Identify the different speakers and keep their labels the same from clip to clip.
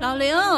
Speaker 1: 老刘，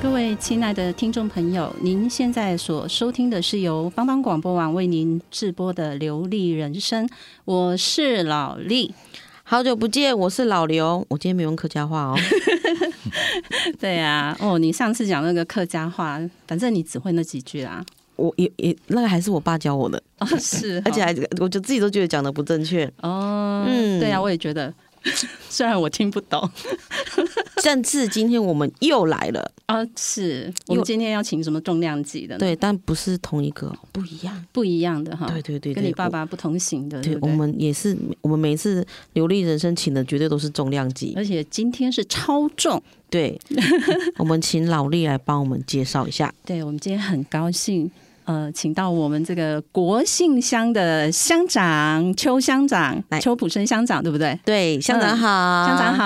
Speaker 1: 各位亲爱的听众朋友，您现在所收听的是由帮帮广播网为您直播的《流利人生》，我是老丽。
Speaker 2: 好久不见，我是老刘。我今天没用客家话哦。
Speaker 1: 对啊，哦，你上次讲那个客家话，反正你只会那几句啊啦。
Speaker 2: 我也也那个还是我爸教我的，
Speaker 1: 哦，是哦，
Speaker 2: 而且还我就自己都觉得讲的不正确，
Speaker 1: 哦，
Speaker 2: 嗯
Speaker 1: 对啊，我也觉得， 虽然我听不懂。
Speaker 2: 但是今天我们又来了，
Speaker 1: 啊，是我们今天要请什么重量级的呢？
Speaker 2: 对，但不是同一个，嗯哦不一样。
Speaker 1: 不一样的哈，
Speaker 2: 对对对对，
Speaker 1: 跟你爸
Speaker 2: 我。
Speaker 1: 爸不同型的，对
Speaker 2: 对
Speaker 1: 不
Speaker 2: 我
Speaker 1: 对？
Speaker 2: 们也是，我们每一次流利人生请的绝对都是重量级。
Speaker 1: 而且今天是超重，
Speaker 2: 对，我们请老力来帮我们介绍一下。
Speaker 1: 对我们今天很高兴，呃，请到我们这个国姓乡的乡长邱乡长
Speaker 2: 来，啊
Speaker 1: 邱普生乡长，对不对？
Speaker 2: 对，乡嗯长好，
Speaker 1: 乡长 好，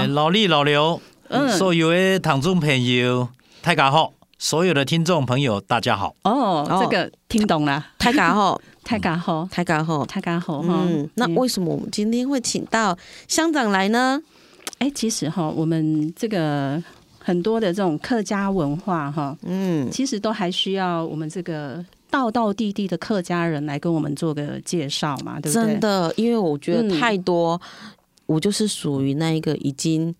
Speaker 3: 呃，老李、老刘，
Speaker 1: 啊嗯
Speaker 3: 所有的听众朋友，大家好！所有的听众朋友，大家好。
Speaker 1: 哦，
Speaker 2: 哦
Speaker 1: 这个听懂了，
Speaker 2: 太嘎吼，
Speaker 1: 太嘎吼，
Speaker 2: 太嘎吼。
Speaker 1: 太嘎吼哈。
Speaker 2: 嗯，那为什么我们今天会请到乡长来呢？
Speaker 1: 哎，其实哈，我们这个很多的这种客家文化哈，
Speaker 2: 嗯，
Speaker 1: 其实都还需要我们这个道道地地的客家人来跟我们做个介绍嘛，对不对？
Speaker 2: 真的，因为我觉得
Speaker 1: 嗯
Speaker 2: 太多，我就是属于那一个已经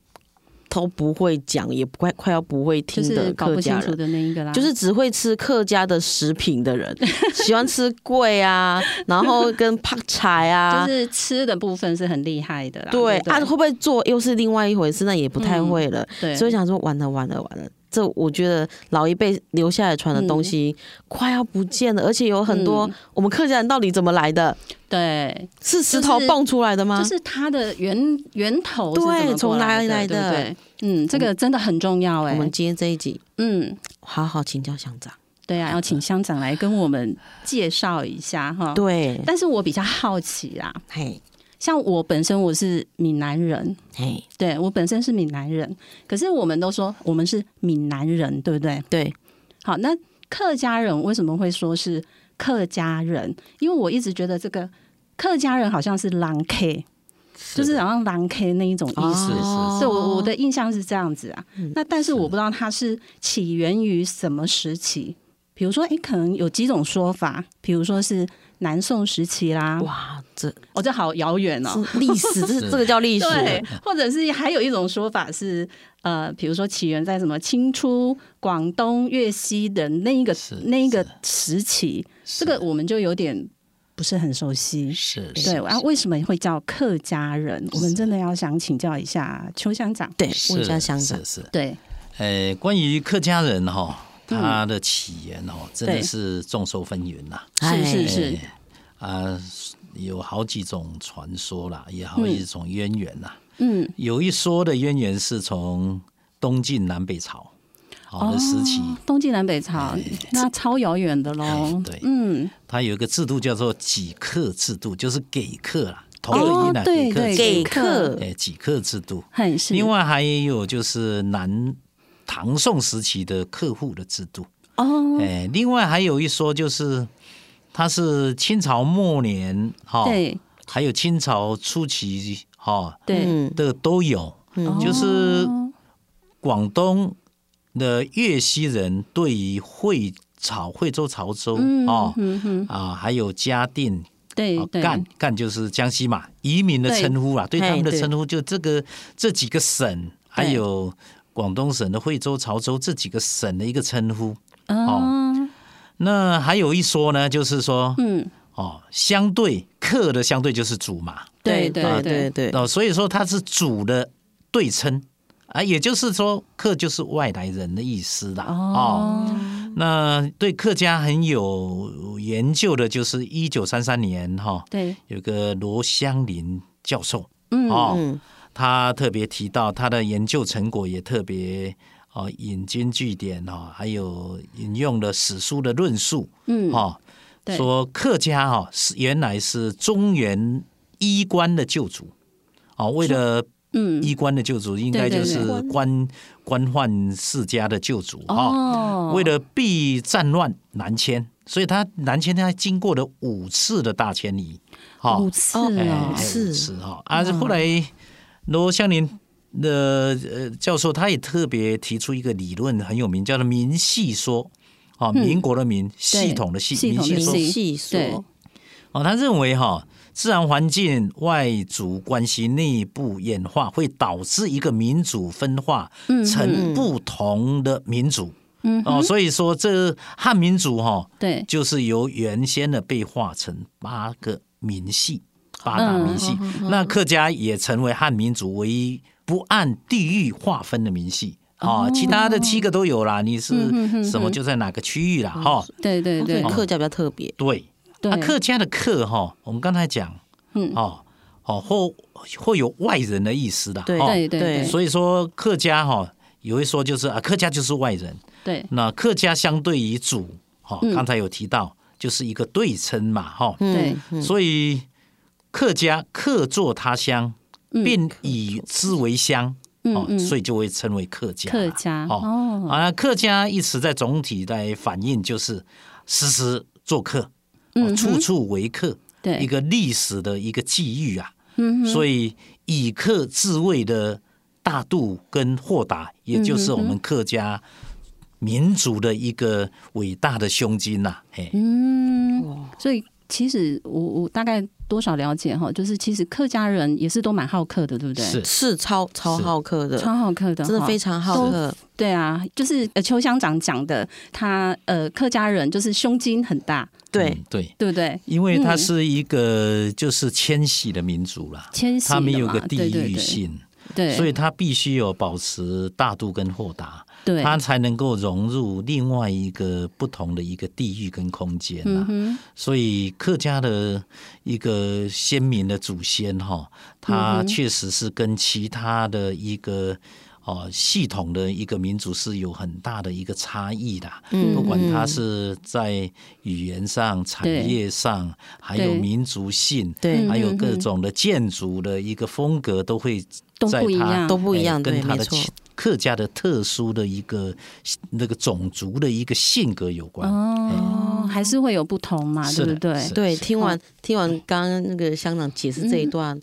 Speaker 2: 都不会讲，也不快快要不会
Speaker 1: 就
Speaker 2: 听
Speaker 1: 是
Speaker 2: 的
Speaker 1: 搞不
Speaker 2: 客
Speaker 1: 清
Speaker 2: 家
Speaker 1: 楚
Speaker 2: 人。
Speaker 1: 的啊那一个啦，
Speaker 2: 就是只会吃客家的食品的 人，喜欢吃贵啊，然后跟泡菜啊，
Speaker 1: 就是吃的部分是很厉害的啦。
Speaker 2: 对
Speaker 1: 对不对嗯
Speaker 2: 啊，会不会做又是另外一回事，那也不太会了。
Speaker 1: 对，
Speaker 2: 所以想说，完了完了完了，这我觉得老一辈留下来传的东西快要不见了，而且有很多
Speaker 1: 嗯
Speaker 2: 我们客家人到底怎么来的？
Speaker 1: 对，
Speaker 2: 是石头蹦出来的吗？
Speaker 1: 就是它的源源头是
Speaker 2: 啊对
Speaker 1: 怎么过
Speaker 2: 从哪
Speaker 1: 来
Speaker 2: 里来
Speaker 1: 对不
Speaker 2: 的
Speaker 1: 对？嗯，这个真的很重要哎
Speaker 2: 我。们今天这一集
Speaker 1: 嗯，
Speaker 2: 好好请教乡长。
Speaker 1: 对啊，要请乡长来跟我们介绍一下哈。
Speaker 2: 对，
Speaker 1: 但是我比较好奇啦，
Speaker 2: 嘿，
Speaker 1: 像我本身我是闽南人，
Speaker 2: 嘿，
Speaker 1: 对我本身是闽南人，可是我们都说我们是闽南人，对不对？
Speaker 2: 对，
Speaker 1: 好，那客家人为什么会说是客家人？因为我一直觉得这个客家人好像是狼 K，就是好像狼 K 那一种意思。
Speaker 2: 哦
Speaker 3: 是
Speaker 1: 所以我我的印象是这样子啊。
Speaker 2: 嗯
Speaker 1: 那但是我不知道它是起源于什么时期。比如说，诶，可能有几种说法，比如说是南宋时期啦，
Speaker 2: 哇，这
Speaker 1: 哦，这好遥远哦。
Speaker 2: 是历史，这是这个叫历史。
Speaker 1: 对，或者是还有一种说法是，呃，比如说起源在什么清初广东粤西的那一个
Speaker 3: 是
Speaker 1: 那一个时期，
Speaker 3: 是
Speaker 1: 这个我们就有点不是很熟悉。
Speaker 3: 是
Speaker 1: 对啊，为什么会叫客家人？我们真的要想请教一下邱乡长。
Speaker 2: 对，
Speaker 3: 是
Speaker 2: 问一下乡长
Speaker 3: 是。是。
Speaker 1: 对，
Speaker 3: 呃，关于客家人哈，他的起源哦，
Speaker 1: 嗯
Speaker 3: 真
Speaker 1: 对
Speaker 3: 的是众说纷纭呐。
Speaker 1: 是是
Speaker 2: 哎
Speaker 1: 是，
Speaker 3: 啊，有好几种传说啦，也好几种渊源呐。
Speaker 1: 嗯，
Speaker 3: 有一说的渊源是从东晋南北朝好的时期，哎
Speaker 1: 哦东晋南北朝，那超遥远的喽。
Speaker 3: 对
Speaker 1: 嗯，
Speaker 3: 它有一个制度叫做给客制度，就是给客啦，同
Speaker 1: 哦
Speaker 3: 意，啦，
Speaker 1: 对对，
Speaker 3: 给客
Speaker 2: 给
Speaker 3: 制度
Speaker 1: 客
Speaker 2: 客，
Speaker 3: 哎，几克制度。
Speaker 1: 很是。
Speaker 3: 另外还有就是南唐宋时期的客户的制度。
Speaker 1: 哦，
Speaker 3: 哎，另外还有一说就是，它是清朝末年哈，
Speaker 1: 对
Speaker 3: 还有清朝初期哈
Speaker 1: 对，
Speaker 2: 嗯，
Speaker 3: 的都有，就是
Speaker 1: 哦
Speaker 3: 广东的粤西人对于会潮、惠州、潮州
Speaker 1: 嗯
Speaker 3: 哦
Speaker 1: 嗯嗯，
Speaker 3: 啊，还有嘉定、
Speaker 1: 对
Speaker 3: 哦
Speaker 1: 对，
Speaker 3: 赣赣就是江西嘛，移民的
Speaker 1: 对
Speaker 3: 称呼啦，啊对他
Speaker 2: 哎
Speaker 3: 们的
Speaker 2: 对
Speaker 3: 称呼就这个这几个省，还
Speaker 2: 对
Speaker 3: 有广东省的惠州、潮州这几个省的一个称呼。哦
Speaker 1: 嗯
Speaker 3: 那还有一说呢，就是说
Speaker 1: 嗯，
Speaker 3: 哦，相对客的相对就是主嘛，
Speaker 1: 对
Speaker 2: 对
Speaker 1: 对
Speaker 2: 对对，
Speaker 3: 哦，所以说它是主的对称啊，也就是说客就是外来人的意思啦。哦，
Speaker 1: 哦，
Speaker 3: 那对客家很有研究的，就是一九三三年哈、
Speaker 1: 对，
Speaker 3: 有个罗香林教授
Speaker 1: 嗯
Speaker 3: 哦，
Speaker 2: 嗯
Speaker 3: 他特别提到他的研究成果也特别。哦，引经据典哦，还有引用了史书的论述，
Speaker 1: 嗯，
Speaker 3: 哦，
Speaker 1: 对
Speaker 3: 说客家哈、是原来是中原衣冠的救主，哦，为了
Speaker 1: 嗯，
Speaker 3: 衣冠的救主，应该
Speaker 1: 对
Speaker 3: 就
Speaker 1: 对
Speaker 3: 是
Speaker 1: 对
Speaker 3: 官官宦世家的救主哦
Speaker 1: 哦，
Speaker 3: 为了避战乱南迁，所以他南迁他经过了五次的大迁移，哦
Speaker 1: 五次
Speaker 3: 哎
Speaker 1: 哦嗯
Speaker 3: 哎，五次哈啊，后来罗香林。的呃，教授他也特别提出一个理论很有名，叫做“民系说”，哦，民国的民，系统的系，
Speaker 1: 系
Speaker 3: 民
Speaker 1: 统的
Speaker 3: 系
Speaker 1: 系
Speaker 3: 说
Speaker 1: 嗯对
Speaker 2: 细
Speaker 1: 对
Speaker 2: 说，
Speaker 3: 哦，他认为哈、自然环境、外族关系、内部演化会导致一个民族分化
Speaker 1: 嗯
Speaker 3: 成不同的民族。
Speaker 1: 嗯
Speaker 3: 哦，所以说这汉民族哈、
Speaker 1: 对，
Speaker 3: 就是由原先的被划成八个民系，八大民系。
Speaker 1: 嗯
Speaker 3: 那客家也成为汉民族唯一不按地域划分的民系。哦，其他的七个都有啦，你
Speaker 1: 嗯
Speaker 3: 是
Speaker 1: 哼
Speaker 3: 什么就在哪个区域啦，哈、
Speaker 1: 对对对
Speaker 2: 对，客哦家比较特别，
Speaker 3: 对，
Speaker 1: 对
Speaker 3: 啊，客家的客哈，我们刚才讲，
Speaker 1: 嗯
Speaker 3: 哦哦，或或有外人的意思的，
Speaker 2: 对
Speaker 3: 哦
Speaker 1: 对对对，
Speaker 3: 所以说客家哈，有一说就是啊，客家就是外人。
Speaker 1: 对
Speaker 3: 那客家相对于主，哈、
Speaker 1: 嗯
Speaker 3: 刚才有提到，就是一个对称嘛，哈、
Speaker 1: 对
Speaker 2: 嗯，嗯
Speaker 3: 所以客家客作他乡，
Speaker 1: 嗯
Speaker 3: 并以之为乡，
Speaker 1: 嗯
Speaker 3: 哦，
Speaker 1: 嗯
Speaker 3: 所以就会称为客家。
Speaker 1: 客家
Speaker 3: 哦
Speaker 1: 哦，
Speaker 3: 啊，客家一词在总体来反映就是时时做客，
Speaker 1: 嗯
Speaker 3: 哦
Speaker 1: 哼
Speaker 3: 处处为客，
Speaker 1: 对
Speaker 3: 一个历史的一个际遇啊，
Speaker 1: 嗯哼
Speaker 3: 所以以客自卫的大度跟豁达，也就是我们客家民族的一个伟大的胸襟呐、嘿，
Speaker 1: 嗯，所以其实我我大概多少了解哈，就是其实客家人也是都蛮好客的，对不对？
Speaker 3: 是
Speaker 2: 是超超
Speaker 3: 是
Speaker 2: 好客的，
Speaker 1: 超好客的哈，
Speaker 2: 真的非常好客，
Speaker 1: 对啊，就是呃邱乡长讲的，他呃客家人就是胸襟很大，
Speaker 2: 对
Speaker 3: 嗯对，
Speaker 1: 对不对？
Speaker 3: 因为它
Speaker 1: 嗯
Speaker 3: 是一个就是迁徙的民族啦，
Speaker 1: 迁徙的
Speaker 3: 他们有
Speaker 1: 嘛
Speaker 3: 个地
Speaker 1: 对对
Speaker 3: 域
Speaker 1: 对
Speaker 3: 性，
Speaker 1: 对，
Speaker 3: 所以他必须有保持大度跟豁达。
Speaker 1: 对，
Speaker 3: 它才能够融入另外一个不同的一个地域跟空间
Speaker 1: 嗯
Speaker 3: 啊。
Speaker 1: 哼，
Speaker 3: 所以客家的一个先民的祖先哈、
Speaker 1: 嗯
Speaker 3: 他确实是跟其他的一个。哦，系统的一个民族是有很大的一个差异的，
Speaker 2: 嗯
Speaker 3: 不管它是在语言上、产业上，还有
Speaker 1: 对
Speaker 3: 民族性，
Speaker 2: 对
Speaker 3: 还有
Speaker 1: 嗯
Speaker 3: 各
Speaker 1: 嗯
Speaker 3: 种的建筑的一个风格，都会
Speaker 1: 都
Speaker 3: 在
Speaker 1: 不一
Speaker 3: 它
Speaker 1: 样，
Speaker 2: 嗯都不一
Speaker 3: 哎
Speaker 2: 样，
Speaker 3: 跟
Speaker 2: 对，
Speaker 3: 他
Speaker 2: 没
Speaker 3: 的
Speaker 2: 错，
Speaker 3: 客家的特殊的一个那个种族的一个性格有关。
Speaker 1: 哦，还是会有不同嘛，
Speaker 3: 哎是
Speaker 1: 对不
Speaker 3: 的
Speaker 1: 对？
Speaker 3: 是
Speaker 2: 对。听
Speaker 1: 哦
Speaker 2: 完听完刚刚那个乡长解释这一
Speaker 1: 嗯
Speaker 2: 段，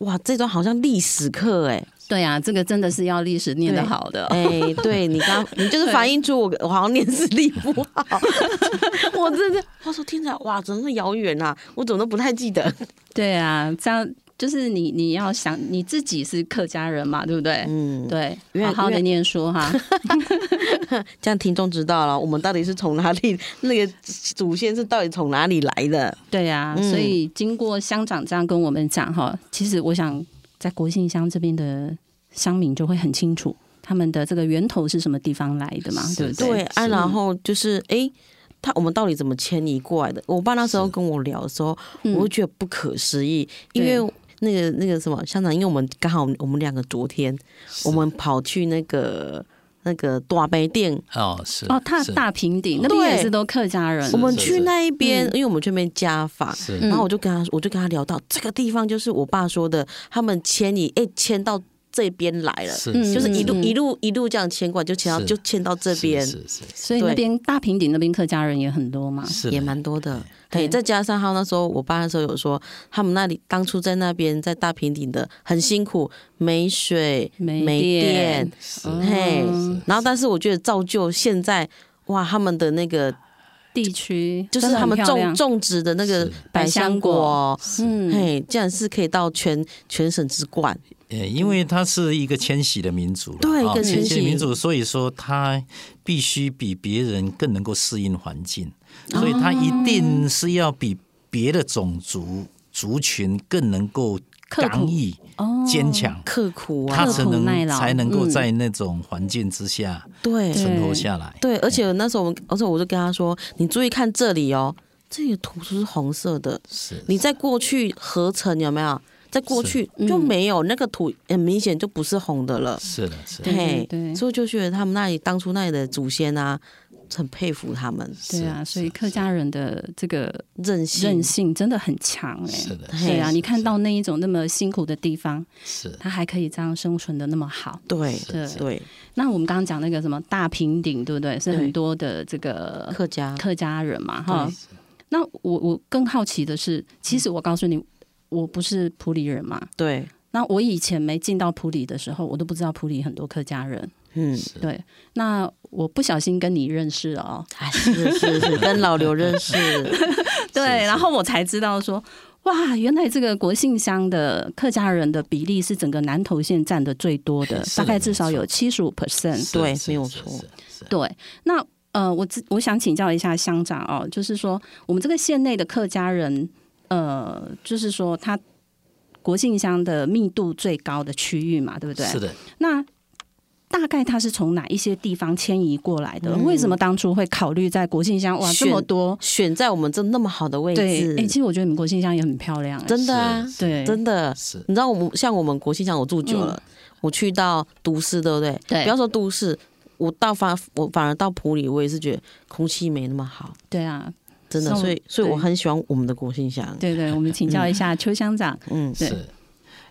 Speaker 2: 哇，这段好像历史课哎，
Speaker 1: 对啊，这个真的是要历史念得
Speaker 2: 对
Speaker 1: 好的，
Speaker 2: 哎，对你刚你就是反映出我我好像念视力不好， 我真的，话说听起来哇，真是遥远啊，我怎么都不太记得。
Speaker 1: 对啊，这样就是你你要想你自己是客家人嘛，对不对？
Speaker 2: 嗯，
Speaker 1: 对，
Speaker 2: 因为
Speaker 1: 好好
Speaker 2: 因
Speaker 1: 的
Speaker 2: 为
Speaker 1: 念书哈，
Speaker 2: 这样听众知道了，我们到底是从哪里那个祖先是到底从哪里来的？
Speaker 1: 对呀、
Speaker 2: 嗯
Speaker 1: 所以经过乡长这样跟我们讲哈，其实我想在国姓乡这边的乡民就会很清楚他们的这个源头是什么地方来的嘛，
Speaker 3: 是
Speaker 1: 对不对？
Speaker 2: 对
Speaker 3: 是
Speaker 2: 啊，然后就是哎。诶他我们到底怎么迁移过来的？我爸那时候跟我聊的时候，
Speaker 1: 嗯
Speaker 2: 我就觉得不可思议，因
Speaker 1: 对
Speaker 2: 为那个那个什么乡长，因为我们刚好我们两个昨天我们跑去那个那个大杯店，
Speaker 3: 哦，是
Speaker 1: 哦，他
Speaker 3: 是
Speaker 1: 大平顶那边
Speaker 2: 对
Speaker 1: 也是都客家人
Speaker 3: 是
Speaker 2: 我，们
Speaker 3: 是
Speaker 2: 去
Speaker 3: 是
Speaker 2: 那一边，
Speaker 1: 嗯
Speaker 2: 因为我们这边家访，
Speaker 3: 是
Speaker 1: 嗯
Speaker 2: 然后我就跟他我就跟他聊到这个地方，就是我爸说的，他们迁移哎迁到这边来了，
Speaker 3: 是
Speaker 1: 嗯
Speaker 2: 就是一路
Speaker 1: 嗯
Speaker 2: 一路一路这样迁过来，就迁到
Speaker 3: 是
Speaker 2: 就迁到这边，
Speaker 3: 是是是
Speaker 1: 所以那边大平顶那边客家人也很多嘛。
Speaker 3: 是
Speaker 2: 哦也
Speaker 3: 的
Speaker 2: 蛮多的。
Speaker 1: 对
Speaker 2: 对，再加上他那时候，我爸那时候有说，他们那里当初在那边在大平顶的很辛苦，没水
Speaker 1: 没
Speaker 2: 电
Speaker 1: 电，嗯
Speaker 3: 是
Speaker 2: 嘿
Speaker 3: 是
Speaker 2: 然后但是我觉得造就现在哇，他们的那个
Speaker 1: 地区，
Speaker 2: 就
Speaker 1: 真的
Speaker 2: 是他
Speaker 1: 很
Speaker 2: 们
Speaker 1: 漂
Speaker 2: 种
Speaker 1: 亮
Speaker 2: 种植的那个
Speaker 3: 是
Speaker 2: 百香果，
Speaker 1: 嗯，
Speaker 2: 嘿，竟然是可以到全全省之冠，
Speaker 3: 呃，因为它是一个迁徙的民族啦，
Speaker 2: 对
Speaker 3: 啊
Speaker 2: 一个迁
Speaker 3: 迁徙的
Speaker 2: 徙
Speaker 3: 民族，所以说它必须比别人更能够适应环境，所以它一
Speaker 2: 哦
Speaker 3: 定是要比别的种族族群更能够
Speaker 1: 刻苦
Speaker 3: 刚毅、
Speaker 1: 哦
Speaker 3: 坚强，
Speaker 2: 刻苦啊
Speaker 3: 它，才
Speaker 1: 刻苦耐
Speaker 3: 能
Speaker 1: 劳
Speaker 3: 才能够
Speaker 1: 嗯
Speaker 3: 在那种环境之下
Speaker 2: 对
Speaker 1: 对
Speaker 3: 存活下来。
Speaker 2: 对，而且那时候我们，而且我就跟他说，你注意看这里哦，这里的土是红色的，
Speaker 3: 是
Speaker 2: 你在过去合成有没有？在过
Speaker 3: 是
Speaker 2: 去
Speaker 1: 嗯
Speaker 2: 就没有、那个土，很明显就不是红的了。
Speaker 3: 是的，是的，
Speaker 1: 对
Speaker 2: 嘿，
Speaker 1: 对
Speaker 2: 所以我就觉得他们那里当初那里的祖先啊，很佩服他们
Speaker 1: 对啊，所以客家人的这个
Speaker 2: 韧性。
Speaker 1: 韧性真的很强哎、
Speaker 3: 是的，
Speaker 2: 嘿
Speaker 1: 对啊，你看到那一种那么辛苦的地方，
Speaker 3: 是的
Speaker 1: 它还可以这样生存的那么好。
Speaker 2: 对
Speaker 1: 对
Speaker 2: 对，
Speaker 1: 那我们刚刚讲那个什么大平顶，对不对？是
Speaker 2: 对
Speaker 1: 很多的这个
Speaker 2: 客家嗯
Speaker 1: 客家人嘛，哈。那我我更好奇的是，其实我告诉你，我不是普里人嘛。
Speaker 2: 对，
Speaker 1: 那我以前没进到普里的时候，我都不知道普里很多客家人。
Speaker 2: 嗯，
Speaker 1: 对，那我不小心跟你认识了哦。
Speaker 2: 啊，是是是，跟老刘认 识，
Speaker 1: 对，然后我才知道说，哇，原来这个国姓乡的客家人的比例是整个南投县占的最多的，
Speaker 3: 是的
Speaker 1: 大概至少
Speaker 3: 没错
Speaker 1: 有七十五 percent。
Speaker 3: 是
Speaker 2: 对
Speaker 3: 是
Speaker 2: 没有
Speaker 3: 是
Speaker 2: 错
Speaker 3: 是是
Speaker 1: 对，那呃，我知我想请教一下乡长哦，就是说我们这个县内的客家人，呃，就是说他国姓乡的密度最高的区域嘛，对不对？
Speaker 3: 是。的，
Speaker 1: 那大概他是从哪一些地方迁移过来的？为什么当初会考虑在国姓乡？哇，这
Speaker 2: 嗯选
Speaker 1: 么多。
Speaker 2: 选在我们这那么好的位
Speaker 1: 对，哎、
Speaker 2: 置
Speaker 1: 其，实我觉得你们国姓乡也很漂亮、哎
Speaker 2: 真的啊，
Speaker 3: 是
Speaker 1: 对，
Speaker 2: 真的，
Speaker 3: 是
Speaker 2: 你知道我们像我们国庆乡，我住久了，我去到都市，对不对？
Speaker 1: 对
Speaker 2: 不要说都市，我到反我反而到普里，我也是觉得空气没那么好，
Speaker 1: 对啊，
Speaker 2: 真的，
Speaker 1: 那我
Speaker 2: 所以所以
Speaker 1: 对
Speaker 2: 我很喜欢我们的国庆乡。
Speaker 1: 对对，我们请教一下邱乡长，
Speaker 2: 嗯，
Speaker 1: 对嗯
Speaker 3: 是，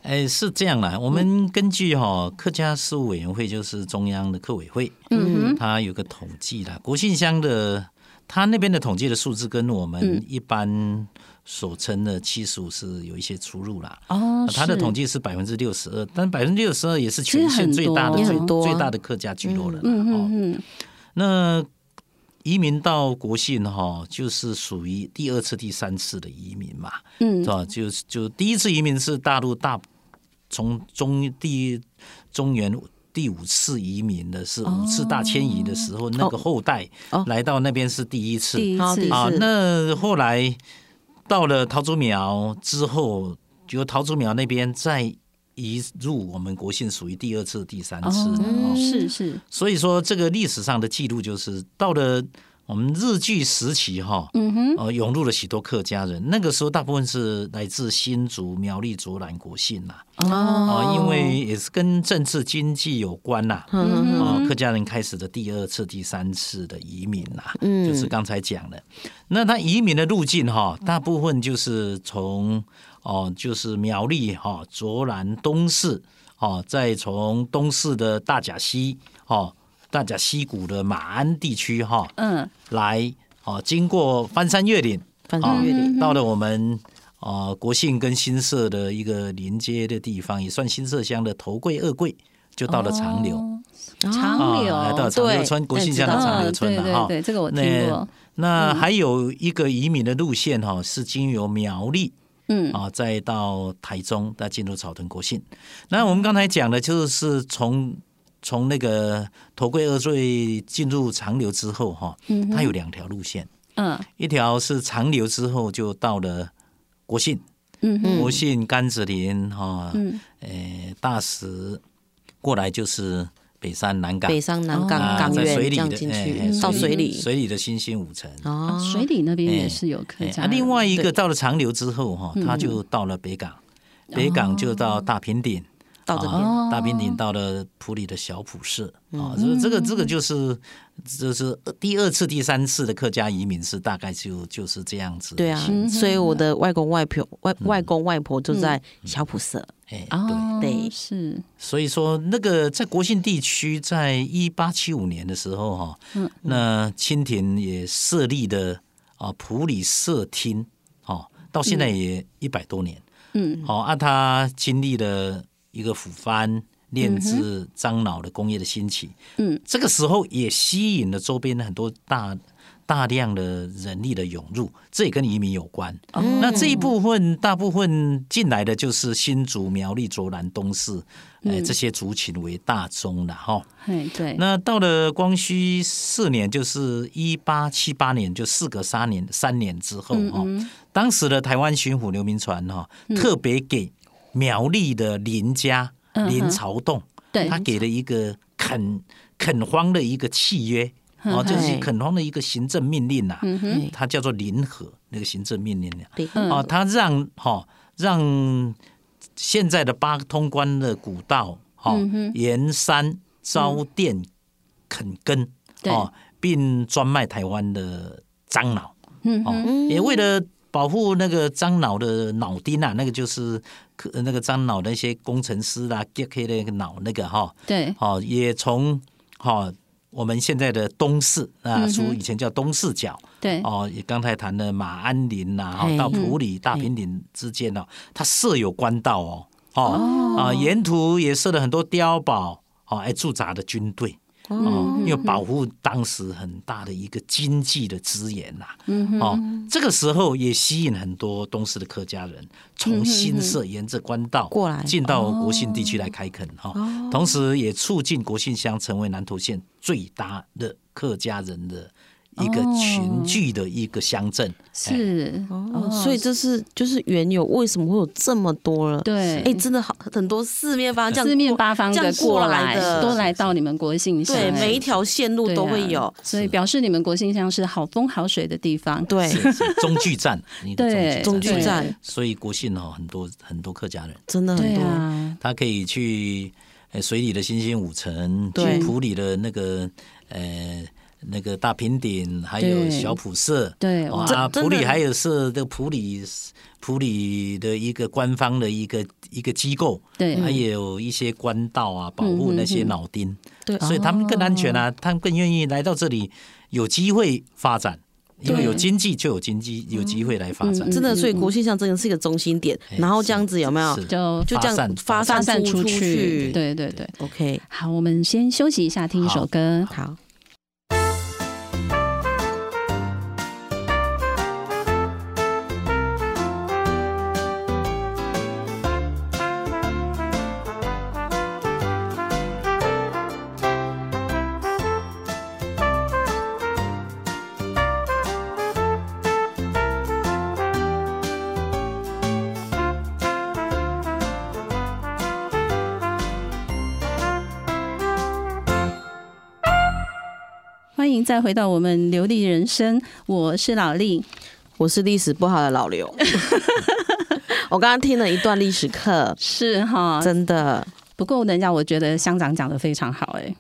Speaker 3: 哎，是这样啦。我们根据哈、客家事务委员会，就是中央的客委会，
Speaker 1: 嗯哼，
Speaker 3: 它有个统计啦，国信乡的。它那边的统计的数字跟我
Speaker 1: 嗯
Speaker 3: 们一般所称的七十五是有一些出入啦。
Speaker 1: 哦，
Speaker 3: 啊它的
Speaker 1: 是
Speaker 3: 统，计是百分之六十二，但百分之六十二也是全
Speaker 1: 其实很多
Speaker 3: 县最大的
Speaker 2: 也
Speaker 3: 最
Speaker 2: 很多啊
Speaker 3: 最大的客家聚落了啦。
Speaker 1: 嗯
Speaker 3: 哦
Speaker 1: 嗯嗯，
Speaker 3: 那移民到国信哈、就是属于第二次、第三次的移民嘛，
Speaker 1: 嗯
Speaker 3: 是吧？就是就第一次移民是大陆大从中第中原第五次移民的是五次大迁移的时候，那个后代
Speaker 2: 哦
Speaker 3: 来到那边是第一次、
Speaker 1: 第一
Speaker 2: 好
Speaker 1: 次
Speaker 2: 哦第一
Speaker 3: 啊
Speaker 2: 次。
Speaker 3: 那后来到了桃竹苗之后，就桃竹苗那边再移入我们国信，属于第二次、第三次的哦
Speaker 1: 哦，是是，
Speaker 3: 所以说，这个历史上的记录就是到了我们日据时期哈、
Speaker 1: 嗯哼，
Speaker 3: 呃，涌入了许多客家人。那个时候，大部分是来自新竹、苗栗、竹南、国姓呐、啊，
Speaker 1: 哦，
Speaker 3: 因为也是跟政治经济有关呐、啊。
Speaker 2: 嗯哼
Speaker 3: 哦，
Speaker 1: 嗯
Speaker 3: 客家人开始的第二次、第三次的移民呐、啊，
Speaker 2: 嗯
Speaker 3: 就是刚才讲的。那他移民的路径哈、大部分就是从哦，就是苗栗哈、卓兰东市哦，再从东市的大甲溪哦，大甲溪谷的马鞍地区哈、
Speaker 1: 嗯，
Speaker 3: 来哦，经过翻山越岭，
Speaker 2: 翻山越
Speaker 1: 嗯
Speaker 2: 岭
Speaker 3: 哦到了我们呃国姓跟新社的一个临接的地方，也算新社乡的头桂、二桂，就到了长留。
Speaker 1: 哦长柳
Speaker 3: 啊，来到长留
Speaker 2: 对
Speaker 3: 村，国
Speaker 2: 哎
Speaker 3: 姓
Speaker 2: 知
Speaker 3: 乡的
Speaker 2: 道
Speaker 1: 嗯，
Speaker 3: 长留村
Speaker 1: 对
Speaker 3: 了
Speaker 1: 对嗯
Speaker 3: 哈。
Speaker 1: 对，这个我听过
Speaker 3: 那，那还有一个移民的路线哈，是经由苗栗
Speaker 1: 嗯，
Speaker 3: 啊，再到台中，再进入草屯国姓。那我们刚才讲的就是从从那个头桂二醉进入长流之后哈，它哦有两条路线，
Speaker 1: 嗯
Speaker 3: 一条是长流之后就到了国姓，
Speaker 1: 嗯嗯
Speaker 3: 国姓甘子林哈，
Speaker 1: 嗯
Speaker 3: 呃大石过来就是北山南港
Speaker 2: 北。上南港
Speaker 3: 啊
Speaker 2: 港
Speaker 3: 在
Speaker 2: 园
Speaker 3: 水
Speaker 2: 这
Speaker 3: 里
Speaker 2: 样
Speaker 3: 的
Speaker 2: 进
Speaker 3: 哎哎
Speaker 2: 去，嗯到水里
Speaker 3: 水里的新兴五城。
Speaker 1: 啊
Speaker 2: 哦，
Speaker 1: 水里那边也
Speaker 3: 哎
Speaker 1: 是有客
Speaker 3: 哎
Speaker 1: 家
Speaker 3: 啊，
Speaker 1: 人，
Speaker 3: 另外一
Speaker 2: 对嗯
Speaker 3: 个到了长流之后哈，他就到了北港，北港
Speaker 2: 哦
Speaker 3: 就到大平顶，
Speaker 2: 到这边
Speaker 3: 啊大平顶到了普里的小普市啊，所
Speaker 2: 嗯
Speaker 3: 以这个这个就是就是第二次、第三次的客家移民是大概就就是这样子的
Speaker 2: 对啊
Speaker 3: 形，
Speaker 2: 所以我的外公外婆外
Speaker 3: 嗯
Speaker 2: 外公外婆就在小普社，
Speaker 3: 哎对，
Speaker 1: 哦，
Speaker 2: 对
Speaker 1: 是，
Speaker 3: 所以说那个在国信地区，在一八七五年的时候哈，
Speaker 1: 嗯
Speaker 3: 那清廷也设立的啊普里社厅，哦，到现在也一百多年。
Speaker 1: 嗯
Speaker 3: 好、啊，他经历了一个腐番炼制樟脑的工业的兴起，
Speaker 1: 嗯，
Speaker 3: 这个时候也吸引了周边很多大大量的人力的涌入，这也跟移民有关。
Speaker 1: 哦
Speaker 2: 嗯
Speaker 1: 嗯
Speaker 3: 那这一部分大部分进来的就是新竹、苗栗、卓兰、东势，
Speaker 1: 嗯
Speaker 3: 哎，这些族群为大宗了哈。
Speaker 1: 嘿，对，
Speaker 3: 那到了光绪四年，就是一八七八年，就事隔三年三年之后
Speaker 1: 嗯
Speaker 3: 哈、当时的台湾巡抚刘铭传哈，特别给苗栗的林家
Speaker 1: 嗯哼
Speaker 3: 林朝栋，
Speaker 1: 对
Speaker 3: 他给了一个垦垦荒的一个契约。
Speaker 1: 嗯
Speaker 3: 哦，就是垦荒的一个行政命令呐、
Speaker 2: 嗯哼
Speaker 3: 它叫做联合那个行政命令、啊
Speaker 2: 对，
Speaker 1: 嗯
Speaker 3: 哦，它让哈、哦、让现在的八通关的古道哈、
Speaker 1: 嗯
Speaker 2: 嗯
Speaker 3: 哦沿山招店垦根、
Speaker 1: 对
Speaker 3: 哦，并专卖台湾的樟脑
Speaker 1: 嗯
Speaker 3: 哦，也为了。保护那个樟脑的脑丁啊，那个就是可那个樟脑那些工程师啦、啊，给给那个脑那个哈、
Speaker 1: 对，
Speaker 3: 哦，也从哦我们现在的东市
Speaker 1: 嗯
Speaker 3: 啊，
Speaker 1: 哼
Speaker 3: 属以前叫东市角、
Speaker 1: 对，
Speaker 3: 哦，也刚才谈的马鞍林呐、啊，
Speaker 2: 嘿
Speaker 3: 哦到普里、大平林之间哦，它设有官道哦，哦啊、沿途也设了很多碉堡哦，还驻扎的军队。
Speaker 1: 嗯
Speaker 2: 嗯
Speaker 3: 哦，因为保护当时很大的一个经济的资源呐、哦，这个时候也吸引很多东市的客家人从新社沿着官道
Speaker 2: 过来
Speaker 3: 进到国姓地区来开垦哈、同时也促进国姓乡成为南投县最大的客家人的一个群聚的一个乡镇。哎
Speaker 1: 是，
Speaker 2: 哦，所以这是就是缘由，为什么会有这么多了？
Speaker 1: 对
Speaker 2: 哎，真的好很多四面八方这样过，
Speaker 1: 四面八方
Speaker 2: 这
Speaker 1: 的
Speaker 2: 样过
Speaker 1: 来
Speaker 2: 的，
Speaker 1: 都来到你们国信乡，
Speaker 2: 对，
Speaker 1: 哎
Speaker 2: 每一条线路
Speaker 1: 对
Speaker 2: 都
Speaker 1: 啊
Speaker 2: 会有。
Speaker 1: 所以表示你们国信乡是好风好水的地方。
Speaker 2: 对，
Speaker 3: 是是中距站，一个
Speaker 1: 对
Speaker 2: 中
Speaker 3: 距
Speaker 2: 继
Speaker 1: 对啊
Speaker 2: 站
Speaker 3: 所以国姓哦，很多很多客家人，
Speaker 2: 真的很
Speaker 1: 对
Speaker 2: 多。
Speaker 1: 啊，
Speaker 3: 他可以去呃水里的新兴五城，
Speaker 2: 对
Speaker 3: 去埔里的那个呃那个大平顶，还有
Speaker 1: 对
Speaker 3: 小普社，
Speaker 1: 对，
Speaker 3: 哦
Speaker 1: 哇，
Speaker 3: 啊，
Speaker 2: 真
Speaker 3: 普里
Speaker 2: 的
Speaker 3: 还有是这个普里普里的一个官方的一个一个机构，
Speaker 1: 对
Speaker 3: 还有一些官道啊，保护
Speaker 1: 嗯嗯
Speaker 3: 那
Speaker 1: 嗯
Speaker 3: 些
Speaker 1: 哦
Speaker 3: 脑丁，
Speaker 2: 对
Speaker 3: 所以他们更安全啊，他们更愿意来到这里，有机会发展，因为
Speaker 1: 对
Speaker 3: 有经济就有经济，有机会来发展
Speaker 1: 嗯，
Speaker 2: 真的，所以国际上真的是一个中心点，
Speaker 3: 哎
Speaker 2: 然后这样子有没有
Speaker 3: 是是
Speaker 1: 就
Speaker 2: 就这
Speaker 3: 发散
Speaker 2: 样
Speaker 1: 发
Speaker 2: 发散
Speaker 1: 散
Speaker 2: 出
Speaker 1: 出
Speaker 2: 去？
Speaker 1: 去。对对对，
Speaker 2: ，OK，
Speaker 1: 好，我们先休息一下，听一首
Speaker 3: 好
Speaker 1: 歌。
Speaker 2: 好。
Speaker 1: 欢迎再回到我们流利人生，我是老丽。
Speaker 2: 我是历史不好的老 刘。我刚刚听了一段历史课，
Speaker 1: 是哈，
Speaker 2: 真的
Speaker 1: 不过人家我觉得乡长讲的非常好、哎，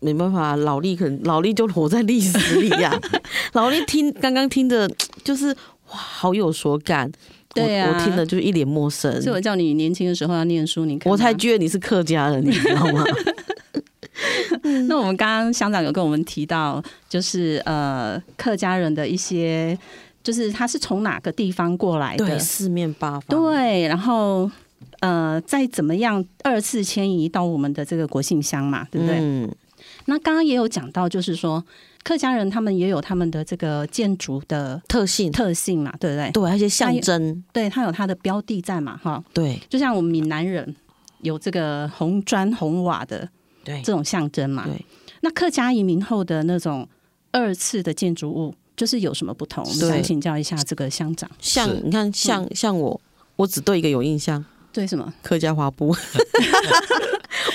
Speaker 2: 没办法，老力可能老力就活在历史里 呀、老力听刚刚听着就是哇，好有所感。我
Speaker 1: 对啊
Speaker 2: 我听了就一脸陌生。
Speaker 1: 所以我叫你年轻的时候要念书，你看
Speaker 2: 我才
Speaker 1: 吗
Speaker 2: 觉得你是客家人，你知道 吗？
Speaker 1: 那我们刚刚乡长有跟我们提到，就是呃客家人的一些，就是他是从哪个地方过来的
Speaker 2: 对，，四面八方。
Speaker 1: 啊对，然后呃再怎么样二次迁移到我们的这个国姓乡嘛，对不对？
Speaker 2: 嗯，
Speaker 1: 那刚刚也有讲到，就是说客家人他们也有他们的这个建筑的
Speaker 2: 特性，
Speaker 1: 特性嘛，对不对？
Speaker 2: 对，还有一些象征，
Speaker 1: 对，它有它的标的在嘛，哈，
Speaker 2: 对
Speaker 1: 就像我们闽南人有这个红砖红瓦的
Speaker 2: 对
Speaker 1: 这种啊象征嘛，
Speaker 2: 对，
Speaker 1: 那客家移民后的那种二次的建筑物，就是有什么不同？我们
Speaker 2: 对
Speaker 1: 想请教一下这个乡长，
Speaker 2: 像
Speaker 3: 是
Speaker 2: 你看，
Speaker 1: 嗯
Speaker 2: 像像我，我只对一个有印象，
Speaker 1: 对什么？
Speaker 2: 客家 花布。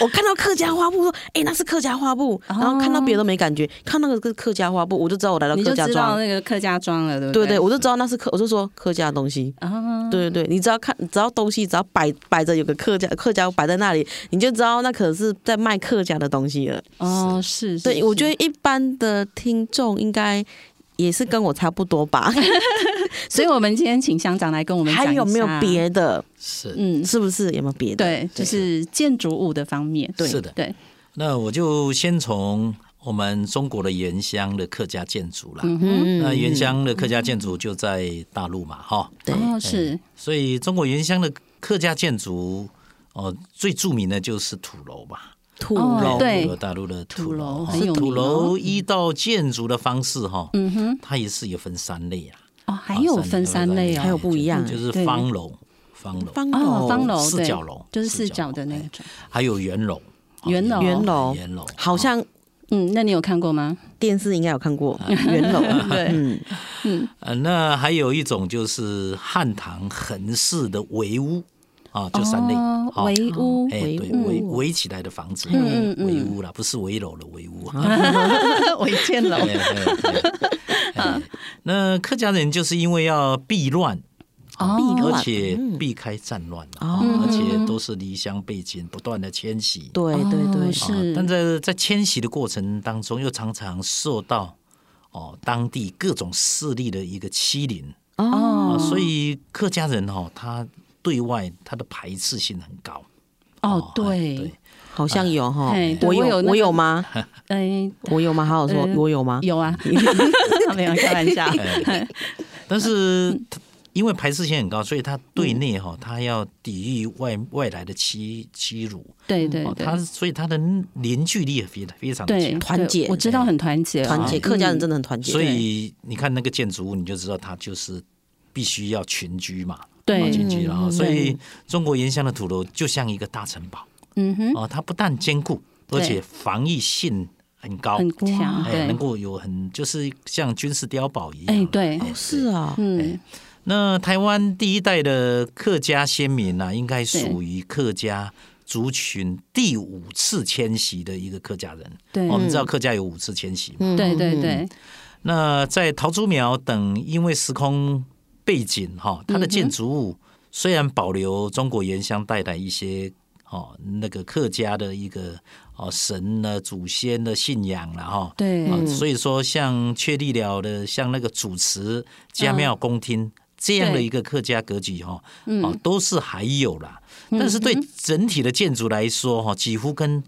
Speaker 2: 我看到客家花布说，哎、那是客家花布，然后看到别的没感觉，看那个是客家花布，我就知道我来到
Speaker 1: 你就
Speaker 2: 客家
Speaker 1: 知道
Speaker 2: 庄。
Speaker 1: 那个客家庄了，对不
Speaker 2: 对
Speaker 1: 对
Speaker 2: 对，我就知道那是客，我就说客家的东西。
Speaker 1: 啊，
Speaker 2: 对对对，你只要看，只要东西只要摆摆着有个客家客家摆在那里，你就知道那可是在卖客家的东西了。
Speaker 1: 哦，是，
Speaker 2: 对，我觉
Speaker 1: 得
Speaker 2: 得一般的听众应该也是跟我差不多吧。
Speaker 1: 所以我们今天请乡长来跟我们讲
Speaker 2: 还有没有
Speaker 1: 一下？
Speaker 2: 别的？
Speaker 3: 是
Speaker 1: 嗯，
Speaker 2: 是不是有没有别的？
Speaker 1: 对，就是建筑物的方面，对，
Speaker 3: 是的
Speaker 1: 对，
Speaker 3: 那我就先从我们中国的原乡的客家建筑啦。
Speaker 1: 嗯哼，
Speaker 3: 那原乡的客家建筑就在大陆嘛，哈、
Speaker 2: 对
Speaker 1: 哦，是，
Speaker 3: 所以中国原乡的客家建筑，哦、最著名的就是土楼吧。
Speaker 4: 土
Speaker 1: 哦
Speaker 3: 老
Speaker 1: 对
Speaker 3: 古的大陆的土
Speaker 1: 土楼
Speaker 3: 楼，哈
Speaker 1: 很有
Speaker 3: 土
Speaker 1: 名哦
Speaker 3: 楼依照建筑的方式哈，
Speaker 1: 嗯哼，
Speaker 3: 它也是有分三类啊，
Speaker 1: 哦，还有分三类哦，
Speaker 2: 还有不一样
Speaker 3: 就是
Speaker 1: 对
Speaker 3: 方楼、方楼、
Speaker 2: 方
Speaker 1: 哦，
Speaker 2: 楼
Speaker 1: 方楼
Speaker 3: 四
Speaker 1: 对
Speaker 3: 角楼哎
Speaker 1: 就是
Speaker 3: 四
Speaker 1: 四
Speaker 3: 角
Speaker 1: 角的那种。
Speaker 3: 还有圆楼、
Speaker 1: 圆楼
Speaker 2: 圆楼
Speaker 3: 圆楼，
Speaker 2: 好
Speaker 3: 哦
Speaker 2: 像
Speaker 1: 嗯，那你有看过吗？
Speaker 2: 电视应该有看过元楼，
Speaker 1: 对
Speaker 2: 嗯，
Speaker 3: 呃，那还有一种就是汉唐横式的围屋啊，就三类
Speaker 1: 哦，
Speaker 3: 好
Speaker 1: 围屋
Speaker 3: 哎，对，围围起来的房子，
Speaker 1: 嗯嗯嗯
Speaker 3: 围屋啦，不是围楼的围屋啊。
Speaker 1: 违建楼
Speaker 3: 对对对 哎那客家人就是因为要避乱，
Speaker 1: 哦避
Speaker 3: 而
Speaker 2: 乱
Speaker 3: 且避开战乱嘛，
Speaker 2: 哦
Speaker 3: 而且都是离乡背井，不断的迁徙。
Speaker 2: 对对对
Speaker 1: 哦，
Speaker 3: 啊
Speaker 1: 是
Speaker 3: 但在在迁徙的过程当中，又常常受到哦当地各种势力的一个欺凌。
Speaker 2: 哦，
Speaker 3: 啊，
Speaker 1: 哦，
Speaker 3: 所以客家人哦，他对外他的排斥性很高。
Speaker 1: 哦
Speaker 3: 哎
Speaker 1: 对，
Speaker 2: 好像有哈
Speaker 1: 哎，对
Speaker 2: 我
Speaker 1: 我
Speaker 2: 有
Speaker 1: 有那个
Speaker 2: 我 有吗？
Speaker 1: 哎
Speaker 2: 我有吗？好好说
Speaker 1: 呃，
Speaker 2: 我有吗？
Speaker 1: 有 啊，没有开玩笑，
Speaker 3: 哎但是
Speaker 1: 嗯
Speaker 3: 他因为排斥性很高，所以他对内哈、哦，他要抵御外外来的欺欺辱。
Speaker 1: 对对
Speaker 3: 哦，
Speaker 1: 对
Speaker 3: 他所以他的凝聚力非常非常
Speaker 1: 对，
Speaker 3: 强。
Speaker 2: 团结
Speaker 1: 对我知道很团结哦，
Speaker 2: 团结，客家人真
Speaker 1: 的
Speaker 2: 的很团结，
Speaker 3: 所以你看那个建筑物，你就知道他就是必须要群居嘛，
Speaker 1: 对，
Speaker 3: 群居啊。
Speaker 1: 嗯
Speaker 3: 所以中国沿乡的土楼就像一个大城堡
Speaker 1: 嗯哼，
Speaker 3: 啊、哦，它不但坚固，而
Speaker 1: 对
Speaker 3: 且防御性很高，
Speaker 1: 很强，
Speaker 3: 哎，能
Speaker 1: 对，
Speaker 3: 够有很就是像军事碉堡一样。
Speaker 1: 哎对，
Speaker 2: 对是啊，
Speaker 3: 哎
Speaker 1: 嗯
Speaker 3: 那台湾第一代的客家先民啊，应该属于客家族群第五次迁徙的一个客家人。
Speaker 1: 对
Speaker 3: 哦
Speaker 1: 嗯
Speaker 3: 我们知道嗯客家有五次迁徙嘛。
Speaker 1: 对对对，
Speaker 3: 那在桃竹苗等，因为时空背景
Speaker 1: 嗯
Speaker 3: 哈，它的建筑物虽然保留中国原乡带来一些哦那个客家的一个哦神呢、祖先的信仰了哈。
Speaker 1: 对
Speaker 3: 啊，所以说像确立了的像那个主持、家庙、宫
Speaker 1: 嗯
Speaker 3: 厅这样的一个客家格局哈，啊，都是还有啦。
Speaker 1: 嗯
Speaker 3: 但是对整体的建筑来说哈，几乎跟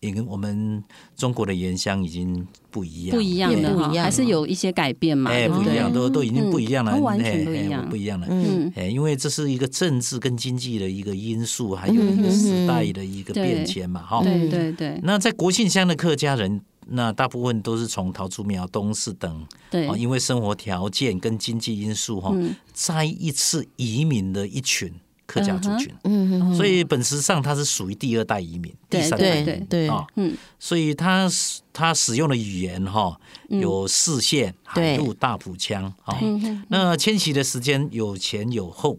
Speaker 3: 也跟我们中国的原乡已经不一样，
Speaker 1: 不一样
Speaker 3: 对
Speaker 1: 的
Speaker 2: 不一
Speaker 1: 哈，
Speaker 2: 样
Speaker 1: 还是有一些改变嘛，对
Speaker 3: 哎，不一
Speaker 1: 对
Speaker 3: 样，，都都已经不一样
Speaker 1: 嗯
Speaker 3: 了，
Speaker 1: 它完
Speaker 3: 哎
Speaker 1: 全不一
Speaker 3: 哎
Speaker 1: 样
Speaker 3: 不一样了。
Speaker 1: 嗯，
Speaker 3: 哎，因为这是一个政治跟经济的一个因素，还有一个时代的一个
Speaker 1: 对
Speaker 3: 变迁嘛，哈。
Speaker 1: 对对嗯对
Speaker 3: 那在国庆乡的客家人，那大部分都是从桃竹苗、东势等
Speaker 1: 对
Speaker 3: 啊，，因为哦生活条件跟经济因素哈，
Speaker 2: 嗯
Speaker 3: 再一次移民的一群客家族群，
Speaker 2: 嗯，
Speaker 3: 所以本质上它是属于第二代移民、第
Speaker 1: 对
Speaker 3: 三代移
Speaker 2: 对
Speaker 3: 民
Speaker 1: 对
Speaker 2: 对，
Speaker 3: 啊，
Speaker 1: 嗯，
Speaker 3: 所以它使它使用的语言哈，有四县、海
Speaker 2: 嗯对
Speaker 3: 陆、大埔腔啊，
Speaker 1: 嗯哼
Speaker 3: 那迁徙的时间有前有后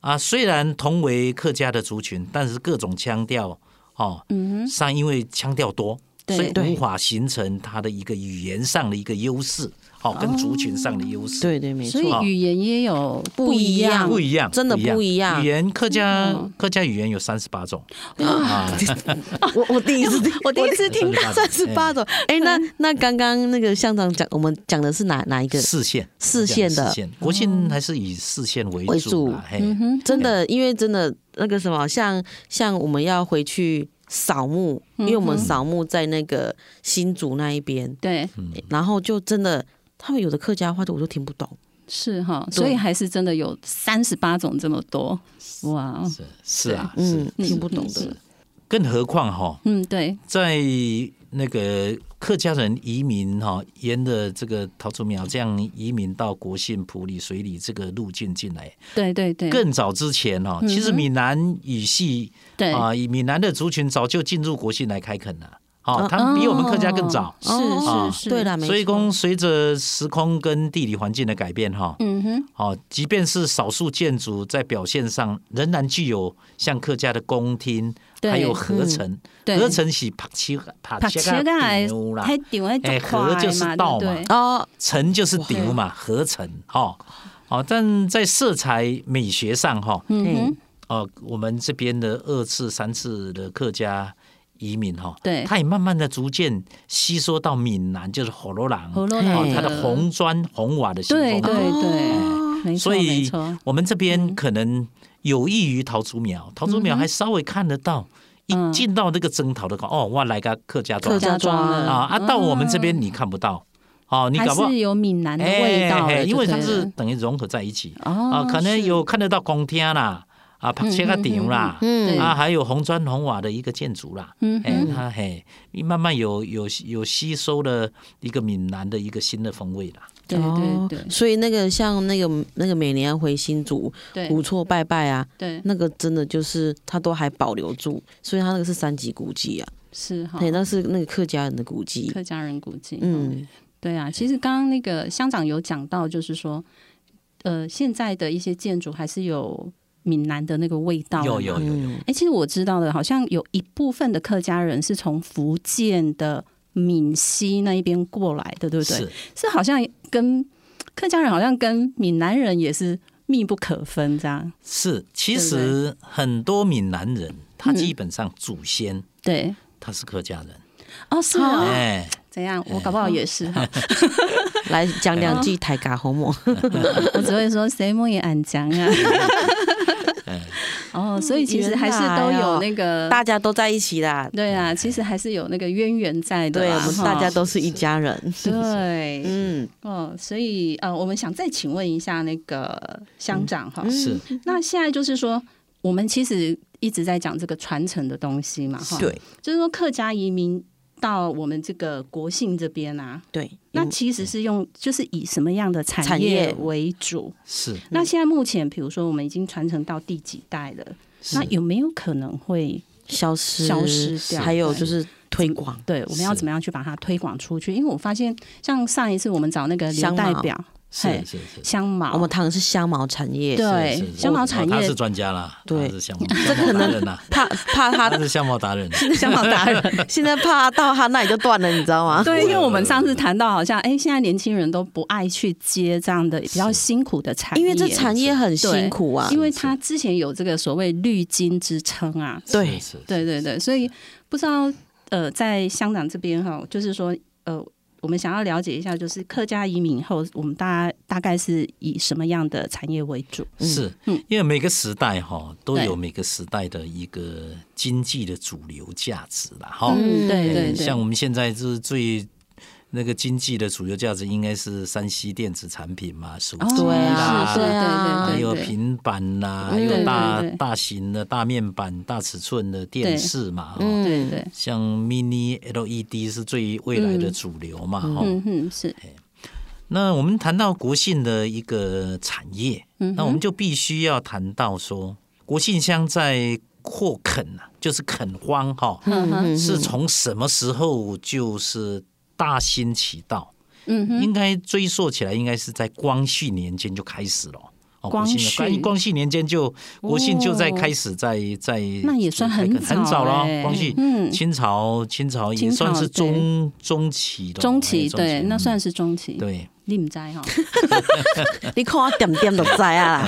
Speaker 3: 啊，虽然同为客家的族群，但是各种腔调哦，
Speaker 1: 嗯哼，
Speaker 3: 上因为腔调多，
Speaker 1: 对
Speaker 3: 所以
Speaker 2: 对
Speaker 3: 无法形成它的一个语言上的一个优势，哦，跟族群上的优势。
Speaker 2: 对对没
Speaker 1: 所
Speaker 2: 错，
Speaker 1: 以语言也有不一样，
Speaker 3: 不一样，
Speaker 2: 真的不一样嗯
Speaker 3: 语言客家客家语言有三十八种啊，
Speaker 2: 我 我第一次我第一次
Speaker 3: 听
Speaker 2: 听
Speaker 3: 到
Speaker 2: 到三十八种，哎，那那刚刚那个乡长讲，我们讲的是哪哪一个？
Speaker 3: 哎四县
Speaker 2: 四县的哦
Speaker 3: 四县，国庆还是以四县为
Speaker 2: 为
Speaker 3: 主
Speaker 2: 主嗯
Speaker 3: 啦。嘿，
Speaker 1: 嗯
Speaker 2: 真的，因为真的那个什么，像像我们要回去扫墓，
Speaker 1: 嗯
Speaker 2: 因为我们扫墓在那个新竹那一边，
Speaker 1: 对，
Speaker 3: 嗯
Speaker 2: 然后就真的他们有的客家话的我都听不懂，
Speaker 1: 是哈，所以还是真的有三十八种这么多，哇，哦
Speaker 3: 是是啊，是
Speaker 2: 嗯，听不懂的，
Speaker 3: 更何况哈，
Speaker 1: 嗯，对，
Speaker 3: 在那个客家人移民哈、沿着这个桃竹苗这样移民到国信、埔里、水里这个路径进来，
Speaker 1: 对对
Speaker 2: 嗯
Speaker 1: 对，
Speaker 3: 更早之前哈、其实闽南语系
Speaker 2: 嗯
Speaker 1: 对
Speaker 3: 啊，以闽南的族群早就进入国信来开垦了，哦，他们比我们客家更早，
Speaker 2: 哦
Speaker 1: 是是是，
Speaker 2: 对啦，没
Speaker 3: 所以
Speaker 2: 错
Speaker 3: 说随着时空跟地理环境的改变哈、
Speaker 1: 嗯哼，
Speaker 3: 哦，即便是少数建筑在表现上仍然具有像客家的宫厅，
Speaker 1: 对嗯
Speaker 3: 还有合成，
Speaker 1: 对
Speaker 3: 合成是帕切帕
Speaker 1: 把
Speaker 3: 切
Speaker 1: 切盖
Speaker 3: 丢啦，
Speaker 1: 还顶哎，
Speaker 3: 哎河就是
Speaker 1: 嘛，
Speaker 3: 道
Speaker 1: 对不对
Speaker 3: 嘛？
Speaker 2: 哦，
Speaker 3: 城就是丢嘛，合成哦哦，但在色彩美学上哈，
Speaker 1: 嗯哼，
Speaker 3: 哦，我们这边的二次、三次的客家移民哈，
Speaker 1: 对
Speaker 3: 它也慢慢的逐渐吸收到闽南，就是火罗郎，
Speaker 1: 火罗
Speaker 3: 哦
Speaker 1: 兰，
Speaker 3: 它的红砖、红瓦的形
Speaker 1: 对
Speaker 3: 风。
Speaker 1: 对对，没错
Speaker 3: 所
Speaker 1: 没
Speaker 3: 以
Speaker 1: 错，
Speaker 3: 我们这
Speaker 1: 嗯
Speaker 3: 边可能有益于桃竹苗，桃竹苗还稍微看得到，一
Speaker 1: 嗯
Speaker 3: 进到那个征讨的话，哦，哇，来个客家庄
Speaker 2: 客家庄
Speaker 1: 客家庄嗯
Speaker 3: 啊
Speaker 2: 了，
Speaker 3: 啊，到我们这边你看不到，哦，你
Speaker 1: 还
Speaker 3: 搞不好
Speaker 1: 是有闽南的味道
Speaker 3: 哎哎
Speaker 1: 的，
Speaker 3: 因为
Speaker 1: 就
Speaker 3: 它
Speaker 1: 对了
Speaker 3: 是等于融合在一起
Speaker 1: 哦
Speaker 3: 啊，可能
Speaker 1: 是嗯
Speaker 3: 有看得到宫天啦。啊，拍切个顶啦，
Speaker 1: 对
Speaker 3: 啊，还有红砖红瓦的一个建筑啦，
Speaker 1: 嗯
Speaker 3: 哎，它嘿，慢慢有有有吸收了一个闽南的一个新的风味啦。
Speaker 1: 对对对
Speaker 2: 哦所以那个像那个那个每年要回新竹
Speaker 1: 对
Speaker 2: 古厝拜拜啊，
Speaker 1: 对，
Speaker 2: 那个真的就是它都还保留住，所以它那个是三级古迹啊，
Speaker 1: 是哈，
Speaker 2: 对，那是那个客家人的古迹。
Speaker 1: 哦客家人古迹，嗯，
Speaker 2: 嗯，
Speaker 1: 对啊，其实刚刚那个乡长有讲到，就是说，呃，现在的一些建筑还是有闽南的那个味道，
Speaker 3: 有哦有。有有，
Speaker 2: 嗯
Speaker 1: 哎、其实我知道的，好像有一部分的客家人是从福建的闽西那一边过来的，对不对？
Speaker 3: 是
Speaker 1: 是好像跟客家人好像跟闽南人也是密不可分，这样
Speaker 3: 是，其
Speaker 1: 对不嗯
Speaker 3: 实很多闽南人他基本上祖先
Speaker 1: 对。
Speaker 3: 他是客家人，
Speaker 1: 哦，是啊，
Speaker 3: 哎，
Speaker 1: 怎样？我搞不好也是哈，
Speaker 2: 来讲两句台嘎红某，
Speaker 1: 我只会说谁莫也俺讲啊。
Speaker 2: 嗯
Speaker 1: 哦，所以其实还是都有那个，
Speaker 2: 大家都在一起啦，
Speaker 1: 对啊，其实还是有那个渊源在的
Speaker 2: 对
Speaker 1: 啦。
Speaker 2: 我们
Speaker 1: 啊哈
Speaker 2: 大家都是一家人。
Speaker 1: 对，
Speaker 2: 嗯，
Speaker 1: 哦，所以呃，我们想再请问一下那个乡长哈，
Speaker 2: 嗯
Speaker 3: 是
Speaker 1: 那现在就是说，我们其实一直在讲这个传承的东西嘛，哈，，
Speaker 2: 对
Speaker 1: 就是说客家移民到我们这个国姓这边啊，
Speaker 2: 对，
Speaker 1: 那其实是用就是以什么样的产
Speaker 2: 嗯产
Speaker 1: 业
Speaker 2: 业
Speaker 1: 为主？
Speaker 3: 是
Speaker 1: 那现在目前，比如说我们已经传承到第几代了，那
Speaker 3: 是
Speaker 1: 有没有可能会
Speaker 2: 消失
Speaker 1: 消失掉？
Speaker 2: 还有就是推广，
Speaker 1: 对，我们要
Speaker 3: 是
Speaker 1: 怎么样去把它推广出去？因为我发现，像上一次我们找那个刘
Speaker 2: 香
Speaker 1: 代
Speaker 2: 茅
Speaker 1: 表嘿
Speaker 3: 是是是。
Speaker 1: 香茅，
Speaker 2: 我们谈的是香茅产业，
Speaker 1: 对
Speaker 3: 是是
Speaker 1: 香茅
Speaker 3: 我
Speaker 1: 产
Speaker 3: 哦他
Speaker 1: 业
Speaker 3: 是专家啦，
Speaker 2: 对
Speaker 3: 他是 相茅，这可
Speaker 2: 能
Speaker 3: 人呐，
Speaker 2: 怕怕他
Speaker 3: 他 是相貌达人，
Speaker 2: 香茅达 人，现在怕他到他那里就断了，你知道吗？
Speaker 1: 对，因为我们上次谈到，好像哎，现在年轻人都不爱去接这样的比较辛苦的产业，
Speaker 2: 因为这产业很辛苦啊
Speaker 1: 对，因为他之前有这个所谓绿金之称啊，
Speaker 2: 对
Speaker 3: 是，是
Speaker 1: 对对对，所以不知道呃，在香港这边哈，就是说呃，我们想要了解一下，就是客家移民以后，我们大大概是以什么样的产业为主？
Speaker 3: 是
Speaker 1: 嗯，
Speaker 3: 因为每个时代哈都
Speaker 1: 对
Speaker 3: 有每个时代的一个经济的主流价值啦，哈，
Speaker 1: 嗯，对
Speaker 3: 哎
Speaker 1: 对
Speaker 3: 像
Speaker 1: 对，
Speaker 3: 我们现在是最那个经济的主流价值应该是山西电子产品嘛，手机
Speaker 2: 对
Speaker 3: 啦
Speaker 2: 啊，
Speaker 1: 哦是对
Speaker 2: 对啊
Speaker 3: 还
Speaker 1: 对
Speaker 3: 有
Speaker 1: 对对，
Speaker 3: 平板啦，还
Speaker 2: 嗯
Speaker 3: 有大
Speaker 1: 对对对
Speaker 3: 大型的大面板、大尺寸的
Speaker 1: 对
Speaker 3: 电视嘛，哈
Speaker 2: 嗯
Speaker 1: 对对，
Speaker 3: 像 Mini LED 是最未来的
Speaker 1: 嗯
Speaker 3: 主流嘛，哈、
Speaker 1: 嗯哼，是，
Speaker 3: 哎那我们谈到国信的一个产业，
Speaker 1: 嗯哼
Speaker 3: 那我们就必须要谈到说，国信乡在扩垦啊，就是垦荒哈、
Speaker 1: 嗯哼，
Speaker 3: 是从什么时候就是大行其道？
Speaker 1: 嗯哼，
Speaker 3: 应该追溯起来，应该是在光绪年间就开始了。哦，
Speaker 1: 光
Speaker 3: 国
Speaker 1: 绪哦
Speaker 3: 庆的光光绪年间就国庆就在开始在在
Speaker 1: 那也算很
Speaker 3: 很早了
Speaker 1: 欸
Speaker 3: 哦。光绪
Speaker 1: 嗯，
Speaker 3: 清朝清朝也
Speaker 1: 清朝
Speaker 3: 算是中中期的
Speaker 1: 中期对，那算是中期。，
Speaker 3: 对。
Speaker 1: 你们在哈？
Speaker 2: 你看我点点都在 啊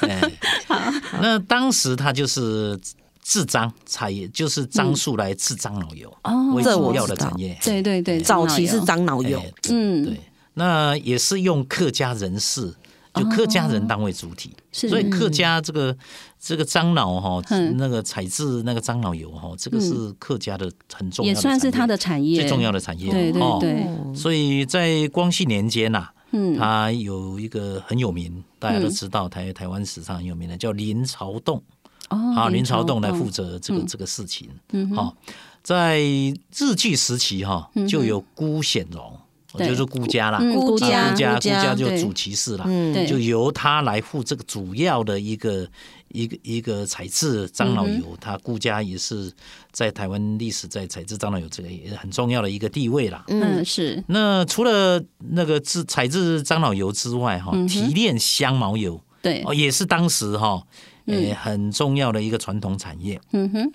Speaker 2: 啦，
Speaker 3: 哎，那当时他就是制章产业，就是樟树来制樟脑油
Speaker 1: 哦
Speaker 3: 为
Speaker 2: 这我
Speaker 3: 主要的
Speaker 2: 知道
Speaker 3: 产业。
Speaker 1: 对对对，
Speaker 2: 早期是
Speaker 1: 张
Speaker 2: 樟脑油，
Speaker 3: 哎
Speaker 1: 嗯
Speaker 3: 对，那也是用客家人士，就
Speaker 1: 哦
Speaker 3: 客家人当为主体，
Speaker 1: 是
Speaker 3: 所以客家这个这个樟脑哈
Speaker 1: 嗯，
Speaker 3: 那个采制那个樟脑油哈，这个是客家的很重要
Speaker 1: 也
Speaker 3: 的，
Speaker 1: 算是它的产业
Speaker 3: 最重要
Speaker 1: 的。
Speaker 3: 的产业，
Speaker 1: 对对
Speaker 3: 哦
Speaker 1: 对，
Speaker 3: 所以在光绪年间呐、
Speaker 1: 嗯，
Speaker 3: 他有一个很有名，大家都知道台台湾史上很有名的叫林朝栋
Speaker 1: 哦
Speaker 3: 啊，林朝栋来负
Speaker 1: 责。
Speaker 3: 责这个
Speaker 1: 嗯
Speaker 3: 这个事情。
Speaker 1: 嗯哼，
Speaker 3: 好，在日据时期哈
Speaker 1: 嗯哼，
Speaker 3: 就有辜显荣，
Speaker 1: 对
Speaker 3: 就是顾家啦，
Speaker 1: 嗯
Speaker 3: 啊
Speaker 1: 顾
Speaker 3: 顾
Speaker 1: 家
Speaker 3: 家
Speaker 2: 顾
Speaker 3: 顾
Speaker 2: 家
Speaker 3: 家就
Speaker 1: 对
Speaker 3: 主骑士啦，
Speaker 2: 嗯，
Speaker 1: 对，
Speaker 3: 就由他来负这个主要的一个一个一个采制樟脑
Speaker 1: 嗯
Speaker 3: 油，他顾家也是在台湾历史在采制樟脑油这个也很重要的一个地位啦。
Speaker 1: 嗯是，
Speaker 3: 那除了那个制采制樟脑油之外，哈、
Speaker 1: 嗯哼嗯
Speaker 3: 提炼香茅油
Speaker 1: 对
Speaker 3: 哦，，也是当时哈，诶、很重要的一个传统产业。
Speaker 1: 嗯哼，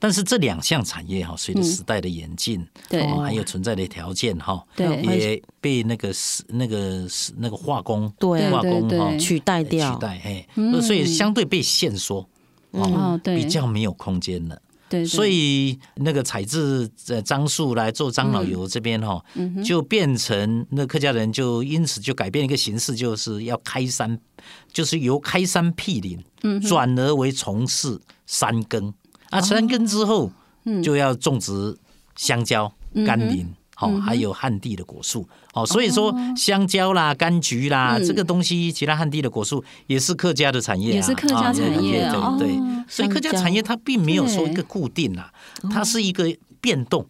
Speaker 3: 但是这两项产业哈，随着时代的演进，
Speaker 1: 嗯对
Speaker 3: 哦还有存在的条件哈，
Speaker 1: 对
Speaker 3: 也被那个是那个是那个化工
Speaker 2: 对啊
Speaker 3: 化工
Speaker 1: 对对
Speaker 3: 哈
Speaker 1: 对
Speaker 2: 取代
Speaker 3: 哎取
Speaker 2: 掉，
Speaker 3: 代，嘿，呃
Speaker 1: 嗯
Speaker 3: 所以相对被限缩，
Speaker 1: 哦对
Speaker 3: 比较没有空间了。
Speaker 1: 对，对
Speaker 3: 所以那个采制呃樟树来做樟脑
Speaker 1: 嗯
Speaker 3: 油这边哈、就变成那客家人就因此就改变一个形式，就是要开山，就是由开山辟林，
Speaker 1: 嗯
Speaker 3: 转而为从事山
Speaker 1: 哦嗯
Speaker 3: 耕啊，山耕之后、就要种植香蕉、甘霖。好、
Speaker 1: 嗯
Speaker 3: 还有旱地的果树，哦，所以说香蕉啦、柑橘啦，这个东西，其他旱地的果树也是客家的产业、啊，
Speaker 1: 嗯也是客家
Speaker 3: 啊
Speaker 1: 产业
Speaker 3: 对
Speaker 1: 哦
Speaker 3: 对
Speaker 1: 哦
Speaker 3: 所以客家
Speaker 1: 香蕉
Speaker 3: 产业它并没有说
Speaker 1: 对
Speaker 3: 一个固定啊，它是一个变动。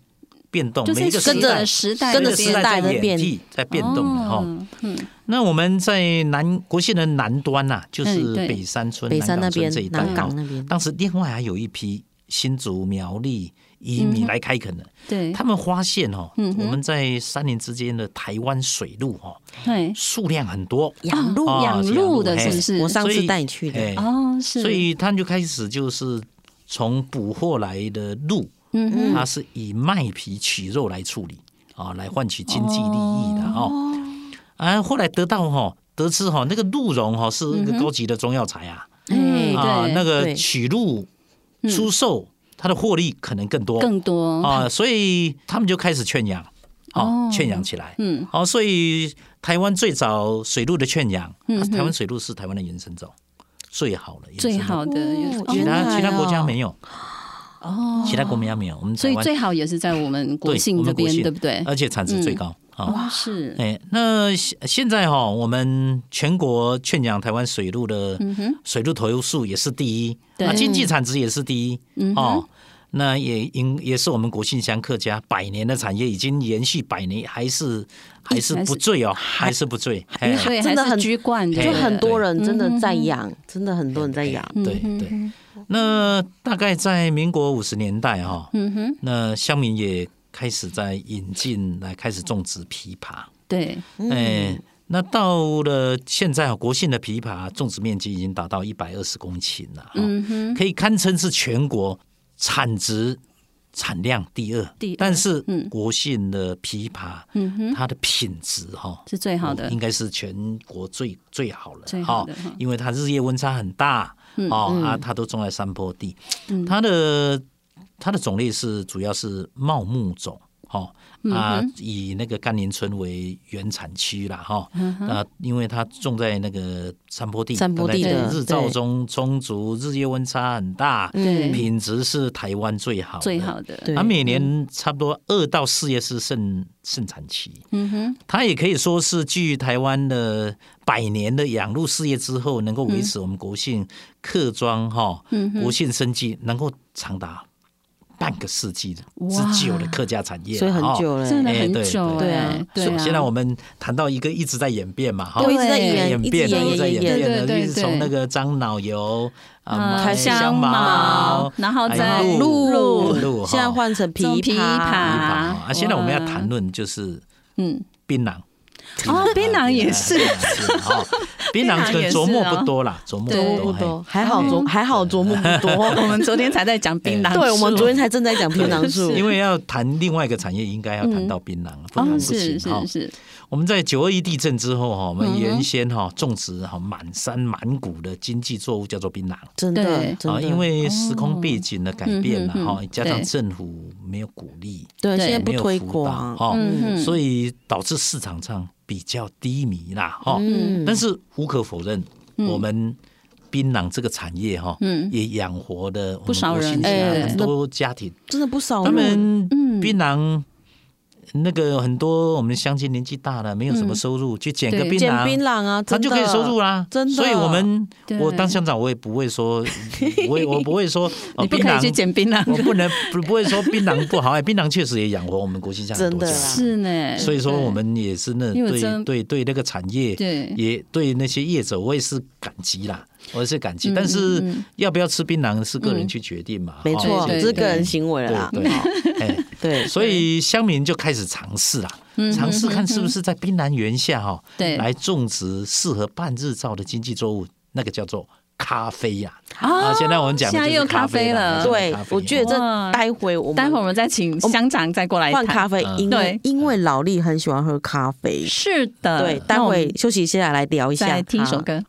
Speaker 3: 变动，
Speaker 1: 就是
Speaker 3: 每一个时
Speaker 1: 跟
Speaker 3: 代
Speaker 1: 着时代
Speaker 3: 随
Speaker 1: 的变
Speaker 3: 着时代
Speaker 2: 的
Speaker 3: 在
Speaker 2: 变
Speaker 3: 演替，在变动的哈。
Speaker 1: 哦嗯，
Speaker 3: 那我们在南国县的南端呐、就是
Speaker 1: 嗯对
Speaker 3: 北山村、
Speaker 2: 北山
Speaker 3: 南
Speaker 2: 那
Speaker 3: 港村
Speaker 2: 边
Speaker 3: 这一、带啊
Speaker 2: 南
Speaker 3: 哈
Speaker 2: 港那
Speaker 1: 哦
Speaker 2: 边，
Speaker 3: 当时另外还有一批新竹、苗栗移民来开垦的，
Speaker 1: 对，
Speaker 3: 他们发现哦，
Speaker 1: 嗯哼
Speaker 3: 我们在三年之间的台湾水路哦，
Speaker 1: 对，
Speaker 3: 数量很多，
Speaker 2: 养鹿
Speaker 3: 哦
Speaker 1: 养鹿的
Speaker 3: 养
Speaker 1: 是不
Speaker 3: 嘿
Speaker 1: 是？
Speaker 2: 我上
Speaker 3: 所
Speaker 2: 次
Speaker 3: 以
Speaker 2: 带你去的，
Speaker 3: 哎
Speaker 1: 哦，是，
Speaker 3: 所以他们就开始就是从捕获来的鹿，
Speaker 1: 嗯哼，
Speaker 3: 它是以卖皮取肉来处理啊、来换取经济利益的哦。啊，后来得到哈、得知哈、那个鹿茸哈、是一个高级的中药材啊，
Speaker 1: 嗯
Speaker 3: 啊，
Speaker 1: 对嗯
Speaker 3: 那个
Speaker 2: 对
Speaker 3: 取鹿出售，它的获利可能更多
Speaker 1: 更多
Speaker 3: 啊、所以他们就开始圈养，
Speaker 1: 哦
Speaker 3: 哦，圈养起来。
Speaker 1: 嗯，
Speaker 3: 好、所以台湾最早水鹿的圈养，啊
Speaker 1: 嗯哼
Speaker 3: 台湾水鹿是台湾的原生种，最好的原生
Speaker 1: 最
Speaker 3: 种
Speaker 1: 好的
Speaker 2: 哦
Speaker 3: 其
Speaker 2: 原
Speaker 3: 他
Speaker 2: 来
Speaker 3: 其他国家
Speaker 2: 哦
Speaker 3: 没有，
Speaker 1: 哦，
Speaker 3: 其他国家没有，我们
Speaker 1: 所
Speaker 3: 台
Speaker 1: 以
Speaker 3: 湾
Speaker 1: 最好也是在我们国
Speaker 3: 对我
Speaker 1: 庆
Speaker 3: 们
Speaker 1: 这
Speaker 3: 国
Speaker 1: 边，
Speaker 3: 庆
Speaker 1: 对不对？
Speaker 3: 而且产值最
Speaker 1: 嗯
Speaker 3: 高啊。
Speaker 1: 哦，是，
Speaker 3: 哎，那现现在哈、我们全国圈养台湾水鹿的
Speaker 1: 嗯哼，
Speaker 3: 水鹿投入数也是第一，
Speaker 1: 对
Speaker 3: 啊，经济产值也是第一，
Speaker 1: 嗯哼
Speaker 3: 哦，那也因也是我们国信乡客家百年的产业，已经延续百年，还是还是
Speaker 1: 还是
Speaker 3: 不醉哦，还是不醉，嘿
Speaker 1: 所以还
Speaker 2: 真的
Speaker 1: 是
Speaker 2: 很
Speaker 1: 居冠的，
Speaker 3: 哎
Speaker 2: 就很多人真的
Speaker 1: 嗯
Speaker 2: 在
Speaker 1: 嗯嗯
Speaker 2: 养，真的很多人在养。
Speaker 1: 嗯
Speaker 3: 对对。那大概在民国五十年代哈、
Speaker 1: 嗯哼，
Speaker 3: 那乡民也开始在引进来开始种植枇杷，
Speaker 1: 对，
Speaker 3: 哎、那到了现在啊，国信的枇杷种植面积已经达到一百二十公顷了、哈
Speaker 1: 嗯哼，
Speaker 3: 可以堪称是全国产值产量第二。
Speaker 1: 第二
Speaker 3: 但是
Speaker 1: 嗯
Speaker 3: 国信的枇杷，
Speaker 1: 嗯哼，
Speaker 3: 它的品质哈
Speaker 1: 是最好的
Speaker 3: 应，该是全国最最好嗯了，
Speaker 1: 最好的
Speaker 3: 哈
Speaker 1: 哈
Speaker 3: 因为它日夜温差很大，
Speaker 1: 嗯
Speaker 3: 哦啊，它都种在山坡地，
Speaker 1: 嗯
Speaker 3: 它的它的种类是主要是茂木种。哦，
Speaker 1: 嗯
Speaker 2: 嗯
Speaker 3: 啊，以那个甘宁村为原产区啦，哈、啊，因为它种在那个山坡地，
Speaker 2: 嗯山坡地
Speaker 3: 大概
Speaker 2: 的
Speaker 3: 日照
Speaker 2: 对嗯
Speaker 3: 中充足，日夜温差很大，
Speaker 1: 对
Speaker 3: 品质是台湾最好的，
Speaker 1: 最好的，
Speaker 2: 对嗯
Speaker 3: 它每年差不多二到四月是盛盛产期，
Speaker 1: 嗯哼，
Speaker 3: 它也可以说是继台湾的百年的养鹿事业之后，能够维
Speaker 2: 嗯
Speaker 3: 持我们国姓客庄哈、
Speaker 1: 嗯
Speaker 3: 国姓生计能够长达半个世纪
Speaker 1: 哇
Speaker 3: 之久的客家产业，
Speaker 2: 所以很
Speaker 3: 哦。
Speaker 2: 久了、
Speaker 1: 真的
Speaker 3: 哎
Speaker 1: 很
Speaker 3: 对
Speaker 1: 久，
Speaker 3: 对
Speaker 1: 哎
Speaker 3: 所
Speaker 1: 对
Speaker 3: 以
Speaker 1: 啊，
Speaker 3: 现在我们谈到一个一直在演变嘛，哈
Speaker 2: 哦对，一直在
Speaker 1: 对
Speaker 2: 演，一直
Speaker 3: 变，
Speaker 2: 演
Speaker 3: 一直在
Speaker 2: 演
Speaker 3: 演
Speaker 2: 演。
Speaker 1: 对
Speaker 3: 变的，
Speaker 1: 对
Speaker 3: 一直
Speaker 1: 对
Speaker 3: 从那个樟脑油
Speaker 1: 嗯
Speaker 3: 麦
Speaker 1: 香
Speaker 3: 茅
Speaker 1: 茅，然后再
Speaker 3: 哎
Speaker 1: 鹿
Speaker 3: 鹿，
Speaker 2: 鹿
Speaker 3: 哈
Speaker 2: 啊现在换成
Speaker 1: 种
Speaker 2: 琵
Speaker 1: 枇杷
Speaker 3: 枇杷
Speaker 1: 啊
Speaker 3: 哈啊，现在我们要
Speaker 1: 哇
Speaker 3: 谈论就是
Speaker 1: 嗯，
Speaker 3: 槟榔。
Speaker 1: 哦槟榔也是
Speaker 3: 槟榔也是 哈，槟
Speaker 1: 榔
Speaker 3: 榔可
Speaker 1: 也
Speaker 3: 能
Speaker 1: 是
Speaker 3: 琢磨
Speaker 1: 哦
Speaker 3: 不多啦，琢磨
Speaker 1: 对
Speaker 2: 琢
Speaker 3: 不
Speaker 2: 磨
Speaker 3: 多
Speaker 2: 不
Speaker 3: 嘿
Speaker 2: 多，。还好
Speaker 1: 嗯
Speaker 2: 琢还好琢磨不多。
Speaker 1: 我们昨天才在讲槟榔，
Speaker 2: 对，我们昨天才正在讲槟榔树，
Speaker 3: 因为要谈另外一个产业，应该要谈到槟榔，不然
Speaker 1: 哦，
Speaker 3: 不
Speaker 1: 是
Speaker 3: 行哈
Speaker 1: 是。是，
Speaker 3: 我们在九二一地震之后哈，我
Speaker 1: 嗯
Speaker 3: 们
Speaker 1: 哼
Speaker 3: 原先哈种植哈满山满谷的经济作物叫做槟榔。
Speaker 2: 真的
Speaker 1: 对
Speaker 2: 真
Speaker 3: 啊，
Speaker 2: 的，
Speaker 3: 因为时空背景的改变了
Speaker 1: 嗯哼
Speaker 3: 哈，
Speaker 1: 哼
Speaker 3: 加上
Speaker 1: 对哎
Speaker 3: 政府没有鼓励，
Speaker 2: 对
Speaker 1: 对
Speaker 2: 现在不
Speaker 3: 没有
Speaker 2: 推
Speaker 3: 辅导哦
Speaker 2: 广，
Speaker 3: 哈，
Speaker 1: 嗯哼，
Speaker 3: 所以导致市场上比较低迷啦哈。
Speaker 2: 嗯，
Speaker 3: 哦但是无可否认，我们槟榔这个产业哈，
Speaker 1: 嗯
Speaker 3: 也养活了我们
Speaker 1: 不少
Speaker 3: 国兴
Speaker 1: 人
Speaker 3: 家
Speaker 2: 哎
Speaker 3: 很多家庭。
Speaker 2: 真的不少
Speaker 3: 他
Speaker 2: 路
Speaker 3: 们
Speaker 1: 嗯
Speaker 3: 槟榔那个很多我们乡亲年纪大了，没有什么收入，去捡
Speaker 1: 嗯
Speaker 3: 个
Speaker 1: 对
Speaker 3: 槟
Speaker 2: 捡
Speaker 3: 榔，
Speaker 2: 槟榔啊，
Speaker 3: 他
Speaker 2: 真的
Speaker 3: 就可以收入啦。
Speaker 2: 真的
Speaker 3: 所以我们
Speaker 1: 对
Speaker 3: 我当乡长，我也不会说， 我也我不 会说，哦
Speaker 1: 你不
Speaker 3: 槟
Speaker 1: 可以去
Speaker 3: 榔，
Speaker 1: 捡槟榔，
Speaker 3: 我不能不不会说槟榔不好，哎，槟榔确实也养活我们国际上很多
Speaker 2: 真的
Speaker 3: 家
Speaker 2: 啦
Speaker 3: 庭。
Speaker 1: 是呢，
Speaker 3: 所以说
Speaker 1: 对
Speaker 3: 我们也是那
Speaker 1: 因为
Speaker 3: 对
Speaker 1: 真
Speaker 3: 对对那个产业，
Speaker 1: 对
Speaker 3: 也对那些业者，我也是感激啦，我也是感
Speaker 1: 嗯
Speaker 3: 激。但是要不要吃槟榔是个人去决定嘛，
Speaker 2: 没错，
Speaker 3: 哦
Speaker 1: 对对
Speaker 2: 这是个人行为了啦。嗯
Speaker 3: 对对，哎，
Speaker 2: 对，
Speaker 3: 所以乡民就开始尝试啦，
Speaker 1: 嗯
Speaker 3: 尝试看是不是在槟榔园下哈，
Speaker 1: 对
Speaker 3: 来种植适合半日照的经济作物，那个叫做咖啡呀。
Speaker 1: 啊
Speaker 3: 啊，现在我们讲
Speaker 1: 现
Speaker 3: 的
Speaker 1: 在
Speaker 3: 就
Speaker 1: 又
Speaker 3: 是
Speaker 1: 咖
Speaker 3: 咖
Speaker 1: 啡
Speaker 3: 啡
Speaker 1: 了
Speaker 3: 啦，
Speaker 2: 对
Speaker 3: 咖，啡
Speaker 2: 我觉得
Speaker 1: 哇
Speaker 2: 这待会我们
Speaker 1: 哦待会儿我们再请乡长再过来
Speaker 2: 换
Speaker 1: 谈
Speaker 2: 咖啡，
Speaker 3: 嗯
Speaker 2: 因
Speaker 1: 对
Speaker 2: 为因为老力很喜欢喝咖啡。
Speaker 1: 是的，
Speaker 2: 对，待
Speaker 1: 那我们
Speaker 2: 会休息一下来聊一下它，
Speaker 1: 再听一首歌。